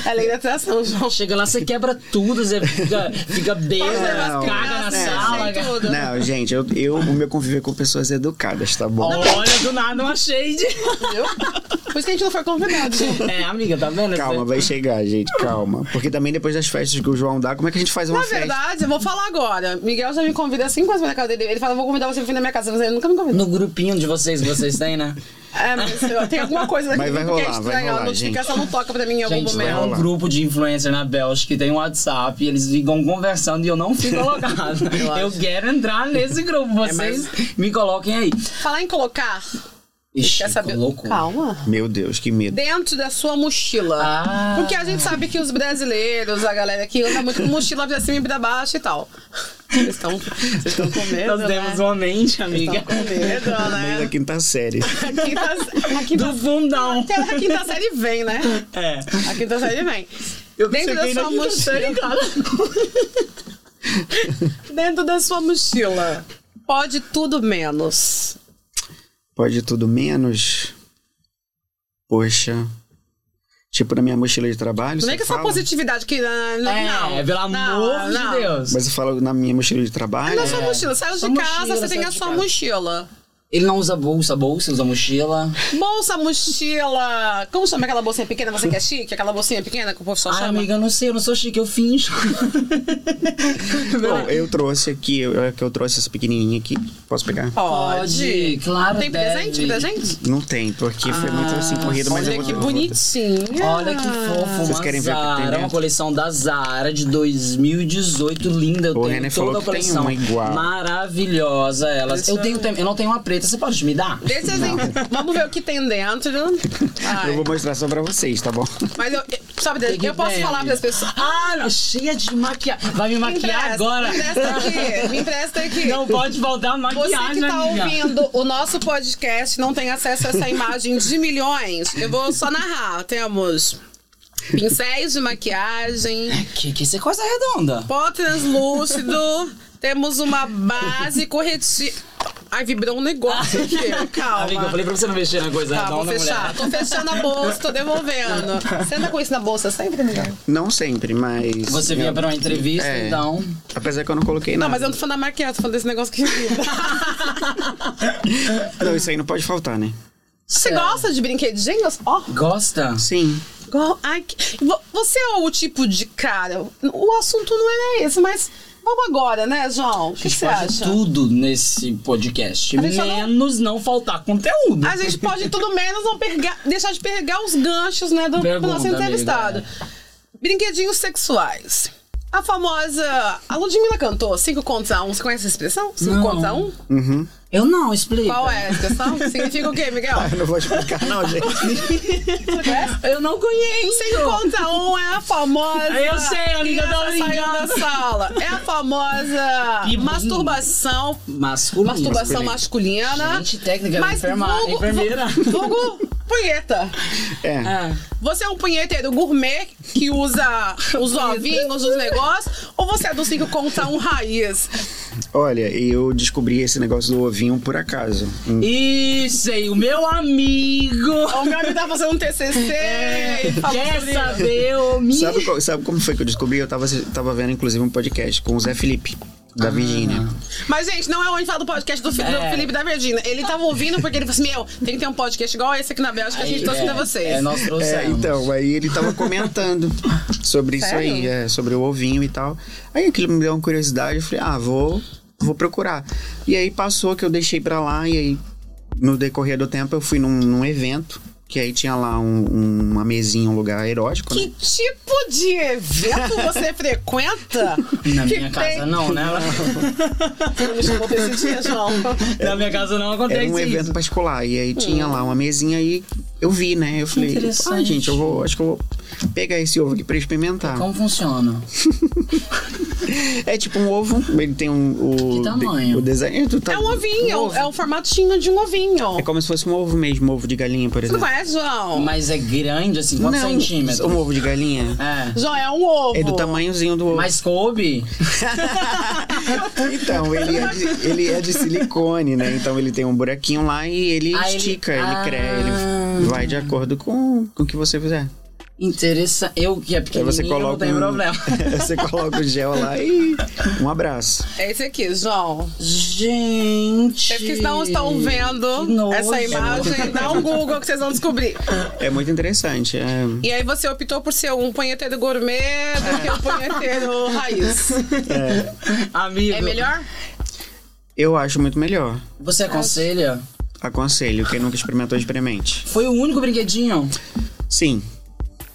[SPEAKER 2] É lei da atração, João.
[SPEAKER 1] Chega lá, você quebra tudo, você fica, fica bêbado,
[SPEAKER 2] um Não,
[SPEAKER 1] caga na
[SPEAKER 2] não,
[SPEAKER 1] sala.
[SPEAKER 2] não.
[SPEAKER 1] caga-
[SPEAKER 2] né? Tudo.
[SPEAKER 3] Não, gente, eu, eu o meu conviver com pessoas educadas, tá bom?
[SPEAKER 1] Olha, do nada uma shade.
[SPEAKER 2] Viu? Por isso que a gente não foi convidado. João.
[SPEAKER 1] É, amiga, tá vendo?
[SPEAKER 3] Calma, vai chegar, gente, calma. Porque também depois das festas que o João dá, como é que a gente faz uma
[SPEAKER 2] Na
[SPEAKER 3] festa?
[SPEAKER 2] verdade, eu vou falar agora. Miguel já me convida assim quase na casa dele. Ele fala, vou convidar você pra vir na minha casa. Mas ele nunca me convida.
[SPEAKER 1] No grupinho de vocês, que vocês têm, né?
[SPEAKER 2] É, mas eu- tem alguma coisa
[SPEAKER 3] Mas
[SPEAKER 2] daqui
[SPEAKER 3] vai
[SPEAKER 2] que é
[SPEAKER 3] rolar, vai
[SPEAKER 2] estranha.
[SPEAKER 3] rolar,
[SPEAKER 2] a notificação não toca pra mim em algum
[SPEAKER 1] Gente, tem
[SPEAKER 2] momento.
[SPEAKER 1] um
[SPEAKER 3] rolar.
[SPEAKER 1] grupo de influencer na Bélgica que tem um WhatsApp e eles ficam conversando e eu não fico colocado. eu quero entrar nesse grupo,
[SPEAKER 2] É,
[SPEAKER 1] vocês me coloquem aí.
[SPEAKER 2] Falar em colocar.
[SPEAKER 1] Ixi,
[SPEAKER 2] Quer saber?
[SPEAKER 1] colocou.
[SPEAKER 2] Calma.
[SPEAKER 3] Meu Deus, que medo.
[SPEAKER 2] Dentro da sua mochila.
[SPEAKER 1] Ah.
[SPEAKER 2] Porque a gente sabe que os brasileiros, a galera que anda muito com mochila pra cima e pra baixo e tal. Vocês estão vocês estão com medo,
[SPEAKER 1] Nós
[SPEAKER 2] né?
[SPEAKER 1] temos uma mente,
[SPEAKER 2] Vocês
[SPEAKER 1] um amiga.
[SPEAKER 2] estão com medo,
[SPEAKER 3] Desde a
[SPEAKER 2] né? tá
[SPEAKER 3] quinta série.
[SPEAKER 2] A quinta, a quinta,
[SPEAKER 1] Do fundão.
[SPEAKER 2] até a quinta série vem, né?
[SPEAKER 1] É.
[SPEAKER 2] A quinta série vem.
[SPEAKER 1] Eu
[SPEAKER 2] Dentro da
[SPEAKER 1] cheguei na
[SPEAKER 2] sua
[SPEAKER 1] quinta série,
[SPEAKER 2] mochila.
[SPEAKER 1] cara.
[SPEAKER 2] Dentro da sua mochila. Pode tudo menos.
[SPEAKER 3] Pode tudo menos. Poxa. Tipo na minha mochila de trabalho.
[SPEAKER 2] Não
[SPEAKER 3] você
[SPEAKER 2] é que essa
[SPEAKER 3] fala?
[SPEAKER 2] positividade que. né, Não, não,
[SPEAKER 1] É,
[SPEAKER 2] não.
[SPEAKER 1] pelo amor
[SPEAKER 2] Não,
[SPEAKER 1] de
[SPEAKER 2] não.
[SPEAKER 1] Deus. É.
[SPEAKER 3] Mas eu falo na minha mochila de trabalho.
[SPEAKER 2] Na sua mochila. Saiu
[SPEAKER 1] Sua
[SPEAKER 2] de casa,
[SPEAKER 1] mochila,
[SPEAKER 2] você tem
[SPEAKER 1] saiu
[SPEAKER 2] a
[SPEAKER 1] de
[SPEAKER 2] sua
[SPEAKER 1] casa.
[SPEAKER 2] mochila.
[SPEAKER 1] Ele não usa bolsa, bolsa, usa mochila.
[SPEAKER 2] Bolsa, mochila. Como chama aquela bolsinha pequena? Você que é chique? Aquela bolsinha pequena que o povo só
[SPEAKER 1] Ai,
[SPEAKER 2] chama?
[SPEAKER 1] amiga, eu não sei, eu não sou chique, eu finjo.
[SPEAKER 3] Bom, eu trouxe aqui, eu, é que eu trouxe essa pequenininha aqui. Posso pegar?
[SPEAKER 1] Pode, claro,
[SPEAKER 2] Tem
[SPEAKER 1] deve.
[SPEAKER 2] presente pra gente?
[SPEAKER 3] Não tem, porque foi muito assim corrido, mas eu
[SPEAKER 2] Olha
[SPEAKER 3] vou
[SPEAKER 2] que
[SPEAKER 3] eu vou-
[SPEAKER 2] bonitinho.
[SPEAKER 1] Olha que fofo,
[SPEAKER 3] Vocês
[SPEAKER 1] uma
[SPEAKER 3] querem ver o que tem
[SPEAKER 1] Zara, uma
[SPEAKER 3] dentro?
[SPEAKER 1] coleção da Zara de 2018, linda. Eu
[SPEAKER 3] O
[SPEAKER 1] tenho
[SPEAKER 3] René
[SPEAKER 1] toda
[SPEAKER 3] falou
[SPEAKER 1] a
[SPEAKER 3] que tem
[SPEAKER 1] coleção.
[SPEAKER 3] uma igual.
[SPEAKER 1] Maravilhosa elas. Eu,
[SPEAKER 2] Deixa
[SPEAKER 1] tenho, eu não tenho uma preta, você pode me dar?
[SPEAKER 2] Deixa assim, vamos ver o que tem dentro. Ai,
[SPEAKER 3] Eu vou mostrar só pra vocês, tá bom?
[SPEAKER 2] Mas eu, sabe,
[SPEAKER 1] Que que
[SPEAKER 2] eu posso
[SPEAKER 1] tem,
[SPEAKER 2] falar
[SPEAKER 1] amiga?
[SPEAKER 2] pras pessoas.
[SPEAKER 1] Ah, não, cheia de maquiagem. Vai me
[SPEAKER 2] Me
[SPEAKER 1] maquiar
[SPEAKER 2] empresta,
[SPEAKER 1] agora.
[SPEAKER 2] Me empresta aqui. Me empresta aqui.
[SPEAKER 1] Não pode faltar
[SPEAKER 2] Você
[SPEAKER 1] maquiagem,
[SPEAKER 2] que tá
[SPEAKER 1] amiga.
[SPEAKER 2] ouvindo o nosso podcast não tem acesso a essa imagem de milhões. Eu vou só narrar. Temos pincéis de maquiagem,
[SPEAKER 1] Que, que isso é coisa redonda.
[SPEAKER 2] pó translúcido, temos uma base corretiva. Ai, vibrou um negócio aqui, calma.
[SPEAKER 1] Amiga, eu falei pra você não mexer na coisa
[SPEAKER 2] Tá, vou
[SPEAKER 1] redonda,
[SPEAKER 2] fechar.
[SPEAKER 1] mulher.
[SPEAKER 2] Tô fechando a bolsa, tô devolvendo. Você anda com isso na bolsa sempre, Miguel?
[SPEAKER 3] Não sempre, mas.
[SPEAKER 1] Você vinha
[SPEAKER 3] eu-
[SPEAKER 1] pra uma entrevista,
[SPEAKER 3] É.
[SPEAKER 1] então.
[SPEAKER 3] Apesar que eu não coloquei
[SPEAKER 2] Não,
[SPEAKER 3] nada.
[SPEAKER 2] mas eu não tô falando da maquiagem, tô falando desse negócio que vibra.
[SPEAKER 3] Não, isso aí não pode faltar, né?
[SPEAKER 2] Você gosta de brinquedinhos? Ó.
[SPEAKER 1] Gosta?
[SPEAKER 3] Sim.
[SPEAKER 2] Go- Ai, que- Vo- Você é o tipo de cara. O assunto não era esse, mas vamos agora, né, João? O
[SPEAKER 1] A
[SPEAKER 2] que, que
[SPEAKER 1] gente
[SPEAKER 2] você
[SPEAKER 1] faz
[SPEAKER 2] acha?
[SPEAKER 1] tudo nesse podcast.
[SPEAKER 2] A gente só não-
[SPEAKER 1] Menos não... faltar conteúdo.
[SPEAKER 2] A gente pode, tudo menos, não pegar, deixar de pegar os ganchos, né, do, do
[SPEAKER 1] Pergunta,
[SPEAKER 2] nosso entrevistado.
[SPEAKER 1] amiga, é.
[SPEAKER 2] Brinquedinhos sexuais. A famosa. A Ludmilla cantou 5 contos a 1. Um. Você conhece essa expressão? 5
[SPEAKER 1] Não.
[SPEAKER 2] contos a 1? Um?
[SPEAKER 3] Uhum.
[SPEAKER 1] Eu não, explica.
[SPEAKER 2] Qual é a expressão? Significa o quê, Miguel?
[SPEAKER 3] Ah, Eu não vou explicar, não, gente.
[SPEAKER 2] Você conhece?
[SPEAKER 1] Eu não conheço.
[SPEAKER 2] 5 contos a 1 um é a famosa.
[SPEAKER 1] Eu sei, amiga, eu tô
[SPEAKER 2] criança saindo da sala. É a famosa
[SPEAKER 1] Que-
[SPEAKER 2] masturbação
[SPEAKER 1] Masculino.
[SPEAKER 2] Masturbação masculina.
[SPEAKER 1] Gente, técnica da enferma- enfermeira.
[SPEAKER 2] Vulgo punheta.
[SPEAKER 3] É.
[SPEAKER 1] É.
[SPEAKER 2] Você é um punheteiro gourmet que usa os ovinhos, os negócios? Ou você é do 5 contra um raiz?
[SPEAKER 3] Olha, eu descobri esse negócio do ovinho por acaso.
[SPEAKER 1] Isso aí, o meu amigo.
[SPEAKER 2] O meu amigo tá fazendo um TCC.
[SPEAKER 1] É,
[SPEAKER 2] e fala
[SPEAKER 1] Quer
[SPEAKER 2] sobre isso.
[SPEAKER 1] saber, ô mi-
[SPEAKER 3] Sabe, qual- sabe como foi que eu descobri? Eu tava, tava vendo, inclusive, um podcast com o Zé Felipe, da Virgínia.
[SPEAKER 2] Mas, gente, não é onde fala do podcast do, Fi- do
[SPEAKER 1] É.
[SPEAKER 2] Felipe da Verdina. Ele tava ouvindo porque ele falou assim: Meu, tem que ter um podcast igual esse aqui na Bélgica, a gente trouxe pra vocês.
[SPEAKER 1] É, nós
[SPEAKER 3] É,
[SPEAKER 1] trouxemos.
[SPEAKER 3] então, aí ele tava comentando sobre isso
[SPEAKER 2] Sério?
[SPEAKER 3] aí, é, sobre o ovinho e tal. Aí aquilo me deu uma curiosidade, eu falei, ah, vou, vou procurar. E aí passou que eu deixei pra lá, e aí no decorrer do tempo eu fui num, num evento, que aí tinha lá um- um- uma mesinha, um lugar erótico, né?
[SPEAKER 2] Que tipo de evento você frequenta?
[SPEAKER 1] Na
[SPEAKER 2] que
[SPEAKER 1] minha casa não, né?
[SPEAKER 2] Você não me chamou pra esse dia, João.
[SPEAKER 1] Na minha casa não acontece
[SPEAKER 3] Era
[SPEAKER 1] isso.
[SPEAKER 3] um evento particular, e aí tinha lá uma mesinha e eu vi, né? Eu falei, ah,
[SPEAKER 1] interessante.
[SPEAKER 3] gente, eu vou, acho que eu vou pegar esse ovo aqui pra
[SPEAKER 2] Tá
[SPEAKER 3] experimentar.
[SPEAKER 1] Como funciona?
[SPEAKER 3] É tipo um ovo, ele tem um. O,
[SPEAKER 1] Que tamanho?
[SPEAKER 3] de- o desenho tá do
[SPEAKER 2] É
[SPEAKER 3] tamanho.
[SPEAKER 2] um ovinho, é um formatinho de um ovinho.
[SPEAKER 3] É como se fosse um ovo mesmo, ovo de galinha, por
[SPEAKER 2] Você não
[SPEAKER 3] exemplo.
[SPEAKER 2] conhece, João?
[SPEAKER 1] Mas é grande, assim, quantos
[SPEAKER 3] Não,
[SPEAKER 1] centímetros?
[SPEAKER 3] Um ovo de galinha.
[SPEAKER 1] É.
[SPEAKER 2] João, é um ovo.
[SPEAKER 3] É do tamanhozinho do ovo.
[SPEAKER 1] Mas tá, coube?
[SPEAKER 3] Então, ele é, de, ele é de silicone, né? Então ele tem um buraquinho lá e ele
[SPEAKER 1] Ah, ele-
[SPEAKER 3] estica,
[SPEAKER 1] Ah.
[SPEAKER 3] ele, cresce, ele vai de acordo com com o que você fizer.
[SPEAKER 1] Interessa. Eu que é
[SPEAKER 3] Aí
[SPEAKER 1] pequenininho,
[SPEAKER 3] você coloca.
[SPEAKER 1] não tem
[SPEAKER 3] um-
[SPEAKER 1] problema.
[SPEAKER 3] você coloca o gel lá e. Um abraço.
[SPEAKER 2] É esse aqui, João.
[SPEAKER 1] Gente.
[SPEAKER 2] Vocês que estão, estão
[SPEAKER 1] que
[SPEAKER 2] vendo
[SPEAKER 1] nojo. É
[SPEAKER 2] essa imagem, dá um Google que vocês vão descobrir.
[SPEAKER 3] É muito interessante. É...
[SPEAKER 2] E aí você optou por ser um punheteiro gourmet do que um punheteiro raiz.
[SPEAKER 1] Amigo.
[SPEAKER 2] É melhor?
[SPEAKER 3] Eu acho muito melhor.
[SPEAKER 1] Você aconselha?
[SPEAKER 3] Aconselho. Quem nunca experimentou, experimente.
[SPEAKER 1] Foi o único brinquedinho.
[SPEAKER 3] Sim.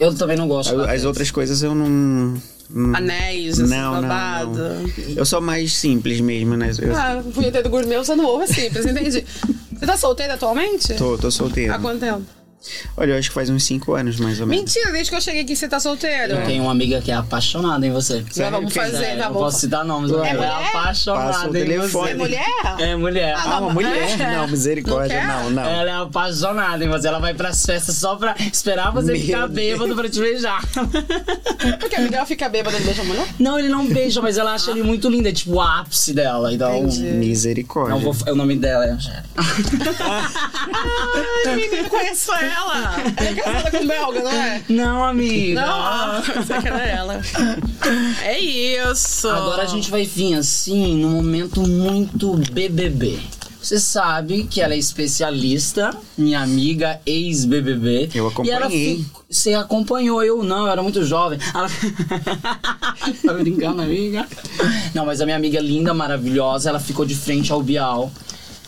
[SPEAKER 1] Eu também não gosto.
[SPEAKER 3] As, as outras coisas eu não.
[SPEAKER 1] Ah,
[SPEAKER 3] não-
[SPEAKER 2] Anéis,
[SPEAKER 3] não,
[SPEAKER 2] esses
[SPEAKER 3] não,
[SPEAKER 2] babado.
[SPEAKER 3] não. Eu sou mais simples mesmo, né? Eu
[SPEAKER 2] Ah, punheteiro gourmet usando ovo é simples, entendi. Você tá solteira atualmente?
[SPEAKER 3] tô, tô solteiro.
[SPEAKER 2] Há quanto tempo?
[SPEAKER 3] Olha, eu acho que faz uns 5 anos mais ou menos.
[SPEAKER 2] Mentira, desde que eu cheguei aqui você tá solteiro.
[SPEAKER 1] Eu tenho uma amiga que é apaixonada em você.
[SPEAKER 2] Nós vamos
[SPEAKER 3] Sério?
[SPEAKER 2] fazer, tá
[SPEAKER 1] não
[SPEAKER 2] bom?
[SPEAKER 1] posso citar nomes, mas ela é
[SPEAKER 2] mulher?
[SPEAKER 3] Passa o
[SPEAKER 1] apaixonada em
[SPEAKER 3] telefone.
[SPEAKER 1] você.
[SPEAKER 2] É mulher?
[SPEAKER 1] É mulher.
[SPEAKER 2] Ah,
[SPEAKER 3] Ah, uma mulher?
[SPEAKER 2] É.
[SPEAKER 3] Não, misericórdia,
[SPEAKER 2] Não
[SPEAKER 3] não,
[SPEAKER 2] quer?
[SPEAKER 3] não.
[SPEAKER 1] Ela é apaixonada em você. Ela vai pras festas só pra esperar você
[SPEAKER 3] Meu
[SPEAKER 1] ficar
[SPEAKER 3] Deus.
[SPEAKER 1] bêbado pra te beijar.
[SPEAKER 3] É.
[SPEAKER 2] Porque o Miguel fica bêbado e beija a mulher?
[SPEAKER 1] Não, ele não beija, mas ela acha ele muito lindo. É tipo o ápice dela. Então.
[SPEAKER 2] Entendi.
[SPEAKER 3] Misericórdia.
[SPEAKER 1] Não vou. O nome dela é Angélica.
[SPEAKER 2] Ai, menino, conheço ela. Ela é casada com belga, não é?
[SPEAKER 1] Não, amiga.
[SPEAKER 2] Não, ah, pensei que era ela. É isso.
[SPEAKER 1] Agora a gente vai vir assim num momento muito BBB. Você sabe que ela é especialista, minha amiga ex-BBB.
[SPEAKER 3] Eu acompanhei.
[SPEAKER 1] E ela ficou- Você acompanhou, eu não, eu era muito jovem. Ela... tá brincando, amiga? Não, mas a minha amiga linda, maravilhosa, ela ficou de frente ao Bial.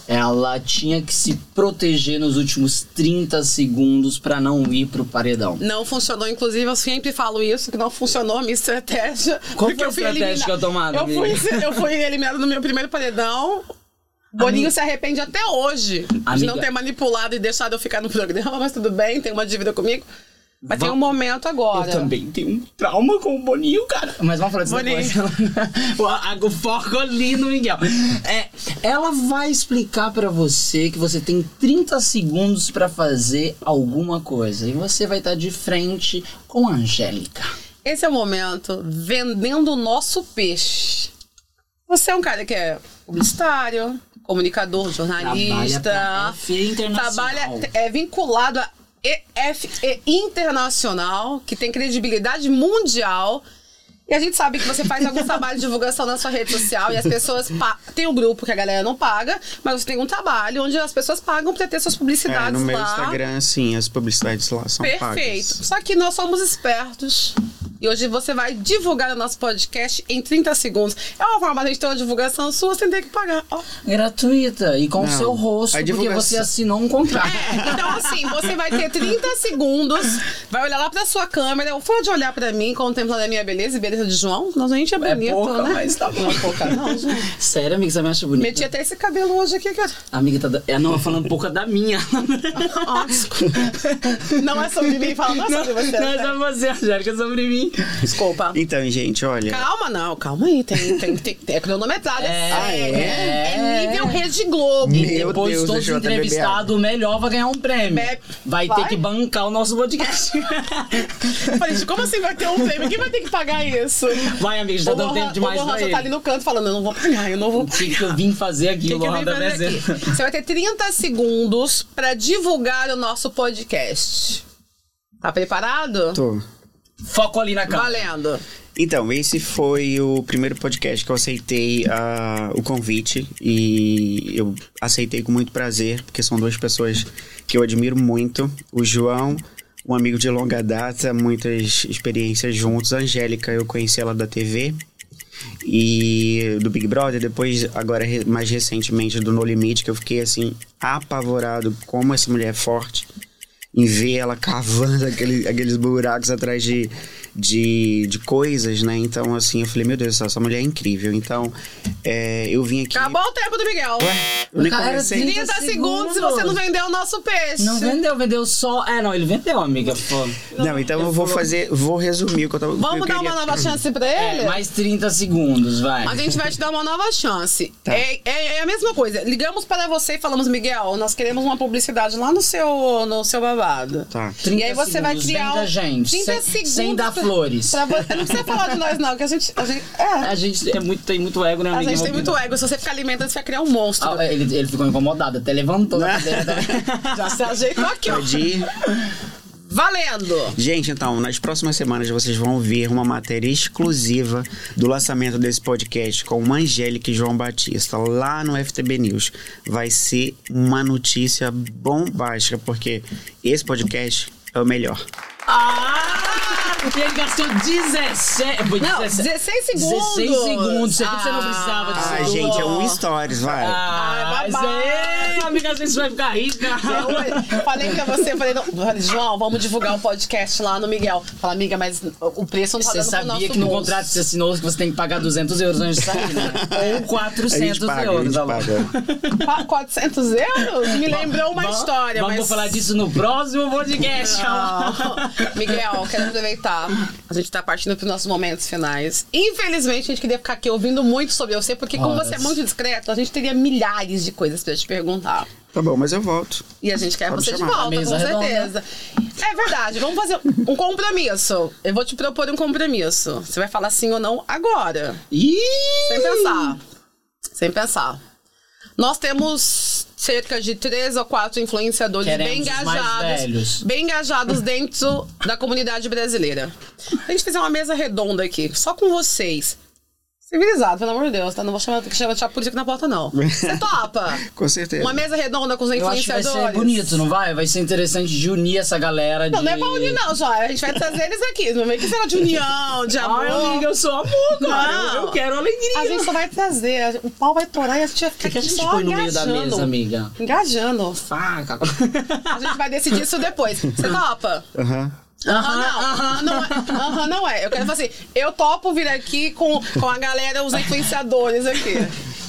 [SPEAKER 1] Ela tinha que se proteger nos últimos 30 segundos pra não ir pro paredão.
[SPEAKER 2] Não funcionou, inclusive eu sempre falo isso, que não funcionou a minha estratégia.
[SPEAKER 1] Qual
[SPEAKER 2] porque
[SPEAKER 1] foi a estratégia que eu tomada,
[SPEAKER 2] Eu fui,
[SPEAKER 1] amiga?
[SPEAKER 2] eu fui eliminada no meu primeiro paredão. Boninho se arrepende até hoje de
[SPEAKER 1] Amiga.
[SPEAKER 2] não ter manipulado e deixado eu ficar no programa, mas tudo bem, tem uma dívida comigo. Mas tem um
[SPEAKER 1] Vam-
[SPEAKER 2] momento agora.
[SPEAKER 1] Eu também tenho um trauma com o Boninho, cara. Mas vamos falar disso
[SPEAKER 2] Boninho.
[SPEAKER 1] depois. o, a- o foco ali no Miguel. É, ela vai explicar pra você que você tem 30 segundos pra fazer alguma coisa. E você vai estar de frente com a Angélica.
[SPEAKER 2] Esse é o momento vendendo o nosso peixe. Você é um cara que é publicitário, comunicador, jornalista.
[SPEAKER 1] pra FE Internacional.
[SPEAKER 2] Trabalha, é vinculado a EFE Internacional, que tem credibilidade mundial. E a gente sabe que você faz algum trabalho de divulgação na sua rede social e as pessoas. pa- Tem um grupo que a galera não paga, mas você tem um trabalho onde as pessoas pagam pra ter suas
[SPEAKER 3] É,
[SPEAKER 2] publicidades
[SPEAKER 3] no meu
[SPEAKER 2] lá.
[SPEAKER 3] Instagram, sim, as publicidades lá são
[SPEAKER 2] Perfeito.
[SPEAKER 3] pagas.
[SPEAKER 2] Só que nós somos espertos. E hoje você vai divulgar o nosso podcast em 30 segundos. É uma forma da gente ter uma divulgação sua sem ter que pagar. ó.
[SPEAKER 1] Gratuita e com o
[SPEAKER 3] Não,
[SPEAKER 1] seu rosto,
[SPEAKER 3] a
[SPEAKER 1] porque
[SPEAKER 3] divulgação-
[SPEAKER 1] você assinou um contrato.
[SPEAKER 2] É, então assim, você vai ter 30 segundos, vai olhar lá pra sua câmera, pode olhar pra mim, contemplando a minha beleza e beleza de João. Nós a gente é bonito,
[SPEAKER 1] pouca,
[SPEAKER 2] né?
[SPEAKER 1] mas tá bom.
[SPEAKER 2] Não é pouca, não, João.
[SPEAKER 1] Sério, amiga, você me acha bonita?
[SPEAKER 2] Meti até esse cabelo hoje aqui, cara.
[SPEAKER 1] Amiga, tá da... é, não, falando um pouco da minha.
[SPEAKER 2] Ó, desculpa. Não é sobre mim, fala, não é sobre você.
[SPEAKER 1] não, é
[SPEAKER 2] né?
[SPEAKER 1] sobre você, Angélica, é sobre mim.
[SPEAKER 2] Desculpa.
[SPEAKER 3] Então, gente, olha.
[SPEAKER 2] Calma, não, calma aí. Tem, tem, tem, tem é cronometrado, é, sério.
[SPEAKER 1] é?
[SPEAKER 2] É nível Rede Globo.
[SPEAKER 1] E
[SPEAKER 3] Meu
[SPEAKER 1] depois
[SPEAKER 3] Deus,
[SPEAKER 1] todos
[SPEAKER 3] deixa eu até beber
[SPEAKER 1] entrevistados, o melhor vai ganhar um prêmio.
[SPEAKER 2] Bebe-
[SPEAKER 1] Vai,
[SPEAKER 2] É, vai?
[SPEAKER 1] ter que bancar o nosso podcast.
[SPEAKER 2] Eu falei, gente, como assim vai ter um prêmio? Quem vai ter que pagar isso?
[SPEAKER 1] vai, amiga, já
[SPEAKER 2] O
[SPEAKER 1] deu tempo
[SPEAKER 2] Lohan-
[SPEAKER 1] demais pra
[SPEAKER 2] O Lohan já
[SPEAKER 1] ele.
[SPEAKER 2] tá ali no canto falando, eu não vou pagar, eu não vou
[SPEAKER 1] O tá que, que eu vim fazer aqui,
[SPEAKER 2] que que eu
[SPEAKER 1] Lohan
[SPEAKER 2] vim
[SPEAKER 1] da
[SPEAKER 2] fazer
[SPEAKER 1] Bezerra?
[SPEAKER 2] aqui? Você vai ter 30 segundos pra divulgar o nosso podcast. Tá preparado?
[SPEAKER 3] Tô.
[SPEAKER 1] Foco ali na cara.
[SPEAKER 2] Valendo.
[SPEAKER 3] Então, esse foi o primeiro podcast que eu aceitei ah, o convite e eu aceitei com muito prazer, porque são duas pessoas que eu admiro muito. O João, um amigo de longa data, muitas experiências juntos. A Angélica, eu conheci ela da TV e do Big Brother, depois agora re- mais recentemente do No Limite, que eu fiquei assim apavorado como essa mulher é forte em ver ela cavando aquele, aqueles buracos atrás de, de, de coisas, né? Então, assim, eu falei, meu Deus do céu, essa mulher é incrível. Então, é, eu vim aqui.
[SPEAKER 2] Acabou o tempo do Miguel.
[SPEAKER 3] Eu nem
[SPEAKER 1] Cara,
[SPEAKER 3] comecei.
[SPEAKER 2] 30 segundos e você não vendeu o nosso peixe.
[SPEAKER 1] Não vendeu, vendeu só. É, não, ele vendeu, amiga. Pô.
[SPEAKER 3] Não, então eu vou fazer, vou resumir o que eu tava.
[SPEAKER 2] Vamos
[SPEAKER 3] eu
[SPEAKER 2] dar uma
[SPEAKER 3] queria-
[SPEAKER 2] nova chance pra ele?
[SPEAKER 1] É, mais 30 segundos, vai.
[SPEAKER 2] A gente vai te dar uma nova chance. É, é- é a mesma coisa. Ligamos para você e falamos, Miguel, nós queremos uma publicidade lá no seu, no seu babado.
[SPEAKER 3] Tá.
[SPEAKER 2] E aí você vai
[SPEAKER 1] segundos,
[SPEAKER 2] criar
[SPEAKER 1] vem da
[SPEAKER 2] um-
[SPEAKER 1] gente,
[SPEAKER 2] 30
[SPEAKER 1] sem-
[SPEAKER 2] segundos
[SPEAKER 1] sem dar
[SPEAKER 2] pra-
[SPEAKER 1] flores.
[SPEAKER 2] pra você- não precisa falar de nós, não, que a gente. A gente, é,
[SPEAKER 1] A gente é muito, tem muito ego, né,
[SPEAKER 2] a
[SPEAKER 1] amiga?
[SPEAKER 2] gente tem muito ego. Se você ficar alimentando, você vai criar um monstro.
[SPEAKER 1] Ah, é. ele, ele ficou incomodado, até levantou da cadeira né? também.
[SPEAKER 2] Já se ajeitou aqui, ó.
[SPEAKER 3] Pode ir.
[SPEAKER 2] Valendo!
[SPEAKER 3] Gente, então, nas próximas semanas vocês vão ver uma matéria exclusiva do lançamento desse podcast com Angélica e João Batista lá no FTB News. Vai ser uma notícia bombástica, porque esse podcast é o melhor.
[SPEAKER 1] Ah! Ele gastou 17. foi
[SPEAKER 2] Não, 16 segundos.
[SPEAKER 1] 16 segundos. Você viu que você não
[SPEAKER 2] Ah.
[SPEAKER 1] precisava disso.
[SPEAKER 3] Ah,
[SPEAKER 1] tudo?
[SPEAKER 3] gente, é um stories, vai.
[SPEAKER 1] Ah, É
[SPEAKER 2] Ai,
[SPEAKER 1] isso
[SPEAKER 2] babado.
[SPEAKER 1] aí, amiga, a gente vai ficar rica.
[SPEAKER 2] Eu falei pra você, eu falei, não, João, vamos divulgar o podcast lá no Miguel. Fala, amiga, mas o preço não tá
[SPEAKER 1] Você
[SPEAKER 2] dando pro
[SPEAKER 1] sabia
[SPEAKER 2] nosso
[SPEAKER 1] que no
[SPEAKER 2] bolso.
[SPEAKER 1] contrato que você assinou que você tem que pagar 200 euros antes de sair, né? Ou
[SPEAKER 3] A
[SPEAKER 1] 400
[SPEAKER 3] gente paga, a
[SPEAKER 1] euros.
[SPEAKER 3] gente
[SPEAKER 1] tá bom?
[SPEAKER 3] paga.
[SPEAKER 2] Qua- 400 euros? Me lembrou uma
[SPEAKER 1] Vamos-
[SPEAKER 2] história,
[SPEAKER 1] Vamos
[SPEAKER 2] mas...
[SPEAKER 1] falar disso no próximo podcast.
[SPEAKER 2] Não. Miguel, quero aproveitar. A gente tá partindo pros nossos momentos finais. Infelizmente, a gente queria ficar aqui ouvindo muito sobre você, porque como
[SPEAKER 1] Horas.
[SPEAKER 2] você é muito discreto, a gente teria milhares de coisas pra te perguntar.
[SPEAKER 3] Tá bom, mas eu volto.
[SPEAKER 2] E a gente quer
[SPEAKER 3] Pode
[SPEAKER 2] você de
[SPEAKER 3] chamar.
[SPEAKER 2] volta,
[SPEAKER 1] A
[SPEAKER 2] com
[SPEAKER 1] mesa redonda.
[SPEAKER 2] certeza. É verdade, vamos fazer um compromisso. Eu vou te propor um compromisso. Você vai falar sim ou não agora.
[SPEAKER 1] Ih!
[SPEAKER 2] Sem pensar. Sem pensar. Nós temos cerca de três ou quatro influenciadores bem
[SPEAKER 1] Queremos os mais
[SPEAKER 2] engajados.
[SPEAKER 1] velhos.
[SPEAKER 2] Bem engajados dentro da comunidade brasileira. A gente fizer uma mesa redonda aqui, só com vocês. Civilizado, pelo amor de Deus, tá? Não vou chamar, chamar a polícia aqui na porta, não. Você topa?
[SPEAKER 3] Com certeza.
[SPEAKER 2] Uma mesa redonda com os
[SPEAKER 1] Eu acho que vai
[SPEAKER 2] influenciadores.
[SPEAKER 1] ser bonito, não vai? Vai ser interessante de unir essa galera.
[SPEAKER 2] Não,
[SPEAKER 1] de...
[SPEAKER 2] não é pra unir, não, João. A gente vai trazer eles aqui. Não vem que será de união, de amor.
[SPEAKER 1] Ai, amiga, eu sou amor, cara.
[SPEAKER 2] Não.
[SPEAKER 1] Eu, eu quero alegria.
[SPEAKER 2] A gente só vai trazer. O pau vai torar e a gente vai
[SPEAKER 1] O
[SPEAKER 2] ficar
[SPEAKER 1] que, que a
[SPEAKER 2] aqui
[SPEAKER 1] gente
[SPEAKER 2] só
[SPEAKER 1] põe no meio da
[SPEAKER 2] engajando.
[SPEAKER 1] mesa, amiga?
[SPEAKER 2] Engajando.
[SPEAKER 1] Faca.
[SPEAKER 2] A gente vai decidir isso depois. Você topa?
[SPEAKER 3] Aham.
[SPEAKER 2] Aham, não. Aham, não é. Aham, não é. Eu quero falar assim, eu topo vir aqui com, com a galera, os influenciadores aqui.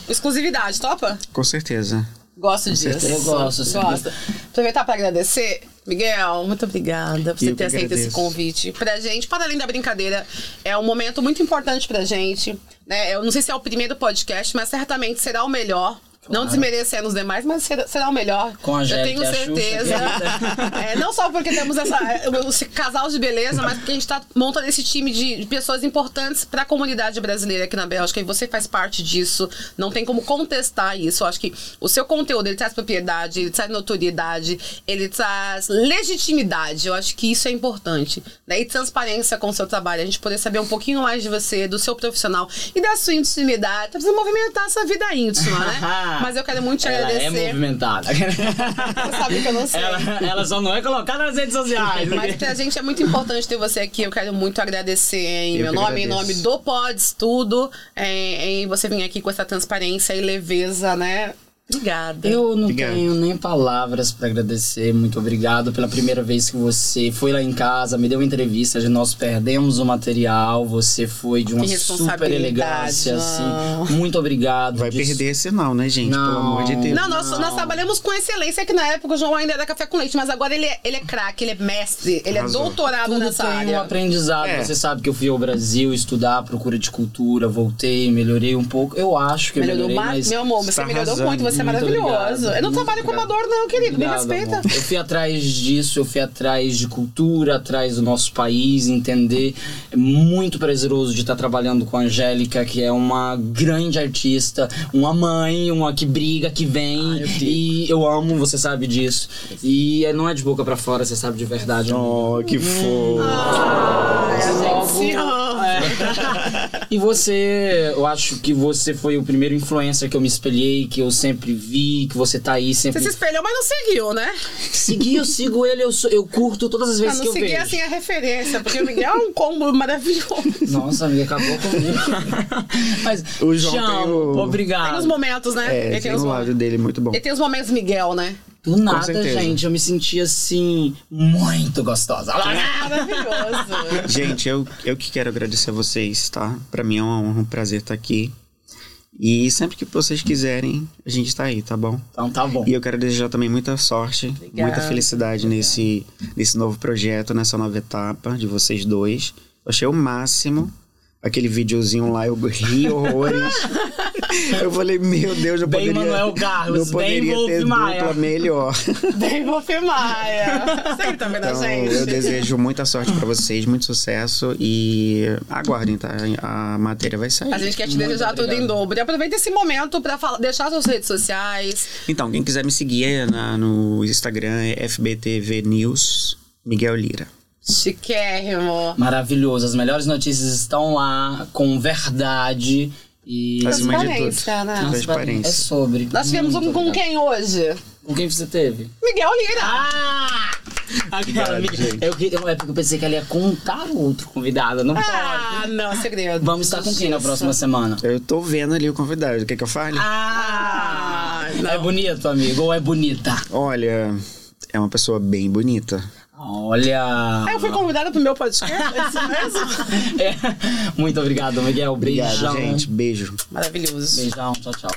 [SPEAKER 2] Exclusividade, topa?
[SPEAKER 3] Com certeza.
[SPEAKER 2] Gosto disso.
[SPEAKER 1] certeza. Eu gosto, sim.
[SPEAKER 2] Gosto. Aproveitar para agradecer. Miguel, muito obrigada por você
[SPEAKER 3] Eu
[SPEAKER 2] ter
[SPEAKER 3] que
[SPEAKER 2] aceito esse
[SPEAKER 3] agradeço.
[SPEAKER 2] convite pra gente. Para além da brincadeira, é um momento muito importante pra gente. Né? Eu não sei se é o primeiro podcast, mas certamente será o melhor. Não desmerecendo os demais, mas será, será o melhor.
[SPEAKER 1] Com a
[SPEAKER 2] Eu
[SPEAKER 1] Angélica
[SPEAKER 2] tenho
[SPEAKER 1] e a Xuxa,
[SPEAKER 2] certeza.
[SPEAKER 1] querida.
[SPEAKER 2] É, não só porque temos essa, é, esse casal de beleza, mas porque a gente tá montando esse time de, de pessoas importantes pra comunidade brasileira aqui na Bélgica. E você faz parte disso. Não tem como contestar isso. Eu acho que o seu conteúdo, ele traz propriedade, ele traz notoriedade, ele traz legitimidade. Eu acho que isso é importante. Né? E transparência com o seu trabalho. A gente poder saber um pouquinho mais de você, do seu profissional e da sua intimidade. Tá precisando movimentar essa vida íntima, né? Mas eu quero muito te
[SPEAKER 1] Ela é
[SPEAKER 2] agradecer.
[SPEAKER 1] movimentada. Você
[SPEAKER 2] sabe que eu não sei.
[SPEAKER 1] Ela, ela só não é colocada nas redes sociais. né?
[SPEAKER 2] Mas pra gente é muito importante ter você aqui. Eu quero muito agradecer em
[SPEAKER 3] Eu
[SPEAKER 2] meu
[SPEAKER 3] que
[SPEAKER 2] nome, em
[SPEAKER 3] agradeço.
[SPEAKER 2] nome do Pods Tudo, eh, em, em você vir aqui com essa transparência e leveza, né? Obrigada.
[SPEAKER 1] Eu não
[SPEAKER 3] Obrigado.
[SPEAKER 1] tenho nem palavras pra agradecer. Muito obrigado pela primeira vez que você foi lá em casa, me deu uma entrevista. Nós perdemos o material. Você foi de uma
[SPEAKER 2] Que
[SPEAKER 1] super
[SPEAKER 2] responsabilidade,
[SPEAKER 1] elegância,
[SPEAKER 2] não.
[SPEAKER 1] assim. Muito obrigado.
[SPEAKER 3] Vai
[SPEAKER 1] Des-
[SPEAKER 3] perder esse não, né, gente?
[SPEAKER 1] Não.
[SPEAKER 3] Pelo amor de Deus.
[SPEAKER 2] Não, nós, nós trabalhamos com excelência, que na época o João ainda era café com leite, mas agora ele é, ele é craque, ele é mestre, ele
[SPEAKER 3] Arrasou.
[SPEAKER 2] é doutorado
[SPEAKER 1] Tudo
[SPEAKER 2] nessa
[SPEAKER 1] tem um
[SPEAKER 2] área.
[SPEAKER 1] aprendizado.
[SPEAKER 3] É.
[SPEAKER 1] Você sabe que eu fui ao Brasil estudar, procura de cultura, voltei, melhorei um pouco. Eu acho que eu
[SPEAKER 2] Melhorou,
[SPEAKER 1] melhorei,
[SPEAKER 2] ma-
[SPEAKER 1] mas...
[SPEAKER 2] meu amor, você
[SPEAKER 3] Está
[SPEAKER 2] melhorou
[SPEAKER 3] arrasando.
[SPEAKER 2] muito, você é
[SPEAKER 1] Muito
[SPEAKER 2] maravilhoso.
[SPEAKER 1] obrigado,
[SPEAKER 2] eu não
[SPEAKER 1] muito
[SPEAKER 2] trabalho como
[SPEAKER 1] obrigado.
[SPEAKER 2] amador, não, querido,
[SPEAKER 1] Obrigado,
[SPEAKER 2] me respeita.
[SPEAKER 1] amor. Eu fui atrás disso, eu fui atrás de cultura, atrás do nosso país, entender. É muito prazeroso de estar trabalhando com a Angélica, que é uma grande artista, uma mãe, uma que briga, que
[SPEAKER 2] Ah,
[SPEAKER 1] vem. e eu amo, você sabe disso. E é- não é de boca pra fora, você sabe de verdade.
[SPEAKER 3] Oh, que fofo.
[SPEAKER 2] Se ama.
[SPEAKER 1] É. E você, eu acho que você foi o primeiro influencer que eu me espelhei, que eu sempre vi, que você tá aí
[SPEAKER 2] Você
[SPEAKER 1] sempre.
[SPEAKER 2] se espelhou, mas não seguiu, né?
[SPEAKER 1] Segui, eu sigo ele, eu, sou- eu curto todas as
[SPEAKER 2] Ah,
[SPEAKER 1] vezes
[SPEAKER 2] não
[SPEAKER 1] que eu
[SPEAKER 2] seguir
[SPEAKER 1] vejo.
[SPEAKER 2] assim a referência, porque o Miguel é um combo maravilhoso.
[SPEAKER 1] Nossa, amiga, acabou comigo. Mas
[SPEAKER 3] O João
[SPEAKER 1] te
[SPEAKER 3] tem
[SPEAKER 1] amo,
[SPEAKER 3] o-
[SPEAKER 2] Tem
[SPEAKER 1] obrigado.
[SPEAKER 2] os momentos, né?
[SPEAKER 3] É,
[SPEAKER 2] ele,
[SPEAKER 3] tem
[SPEAKER 2] tem os
[SPEAKER 3] um
[SPEAKER 2] momentos.
[SPEAKER 3] lado dele muito bom.
[SPEAKER 2] ele tem os momentos Miguel, né?
[SPEAKER 1] Do nada,
[SPEAKER 3] certeza.
[SPEAKER 1] gente, eu me senti assim, muito gostosa.
[SPEAKER 3] É.
[SPEAKER 2] Maravilhoso.
[SPEAKER 3] Gente, eu, eu que quero agradecer a vocês, tá? Pra mim é uma honra, um prazer estar aqui. E sempre que vocês quiserem, a gente tá aí, tá bom?
[SPEAKER 1] Então tá bom.
[SPEAKER 3] E eu quero desejar também muita sorte, muita felicidade nesse, nesse novo projeto, nessa nova etapa de vocês dois. Eu achei o máximo. Aquele videozinho lá, eu ri horrores. eu falei, meu Deus, eu
[SPEAKER 1] Bem
[SPEAKER 3] poderia...
[SPEAKER 1] Manuel Carlos,
[SPEAKER 3] não
[SPEAKER 1] bem
[SPEAKER 3] poderia
[SPEAKER 1] Wolf
[SPEAKER 3] ter
[SPEAKER 1] Maia.
[SPEAKER 3] dupla melhor.
[SPEAKER 2] Bem Wolf Maia. Sempre tá vendo a
[SPEAKER 3] Então,
[SPEAKER 2] gente.
[SPEAKER 3] eu desejo muita sorte pra vocês, muito sucesso e aguardem, tá? A matéria vai sair.
[SPEAKER 2] A gente quer te
[SPEAKER 1] Muito
[SPEAKER 2] desejar tudo em
[SPEAKER 1] obrigado.
[SPEAKER 2] dobro. E aproveita esse momento pra falar, deixar suas redes sociais.
[SPEAKER 3] Então, quem quiser me seguir é na- no Instagram é FBTV News Miguel Lira.
[SPEAKER 2] Chiquérrimo.
[SPEAKER 1] Maravilhoso, as melhores notícias estão lá, com verdade e...
[SPEAKER 3] Acima de
[SPEAKER 2] Transparência,
[SPEAKER 3] tudo.
[SPEAKER 2] né?
[SPEAKER 1] É
[SPEAKER 3] Transparência.
[SPEAKER 1] sobre.
[SPEAKER 2] Nós tivemos
[SPEAKER 1] Muito
[SPEAKER 2] um com
[SPEAKER 1] obrigado.
[SPEAKER 2] quem hoje?
[SPEAKER 1] Com quem você teve?
[SPEAKER 2] Miguel Lira.
[SPEAKER 1] Ah! Aquela,
[SPEAKER 3] Obrigado, gente.
[SPEAKER 1] eu, que- eu, é porque eu pensei que ela ia contar o outro convidado, não pode.
[SPEAKER 2] Ah, não, segredo.
[SPEAKER 1] Vamos estar com quem na próxima semana?
[SPEAKER 3] Eu tô vendo ali o convidado. O que que eu falo?
[SPEAKER 1] Ah!
[SPEAKER 2] não.
[SPEAKER 1] É bonito, amigo, ou é bonita?
[SPEAKER 3] Olha, é uma pessoa bem bonita.
[SPEAKER 1] Olha!
[SPEAKER 2] Ah, eu fui convidada pro meu podcast, é isso mesmo?
[SPEAKER 1] É. Muito obrigado, Miguel.
[SPEAKER 3] Obrigado,
[SPEAKER 1] Beijão.
[SPEAKER 3] gente. Beijo.
[SPEAKER 2] Maravilhoso.
[SPEAKER 1] Beijão, tchau, tchau.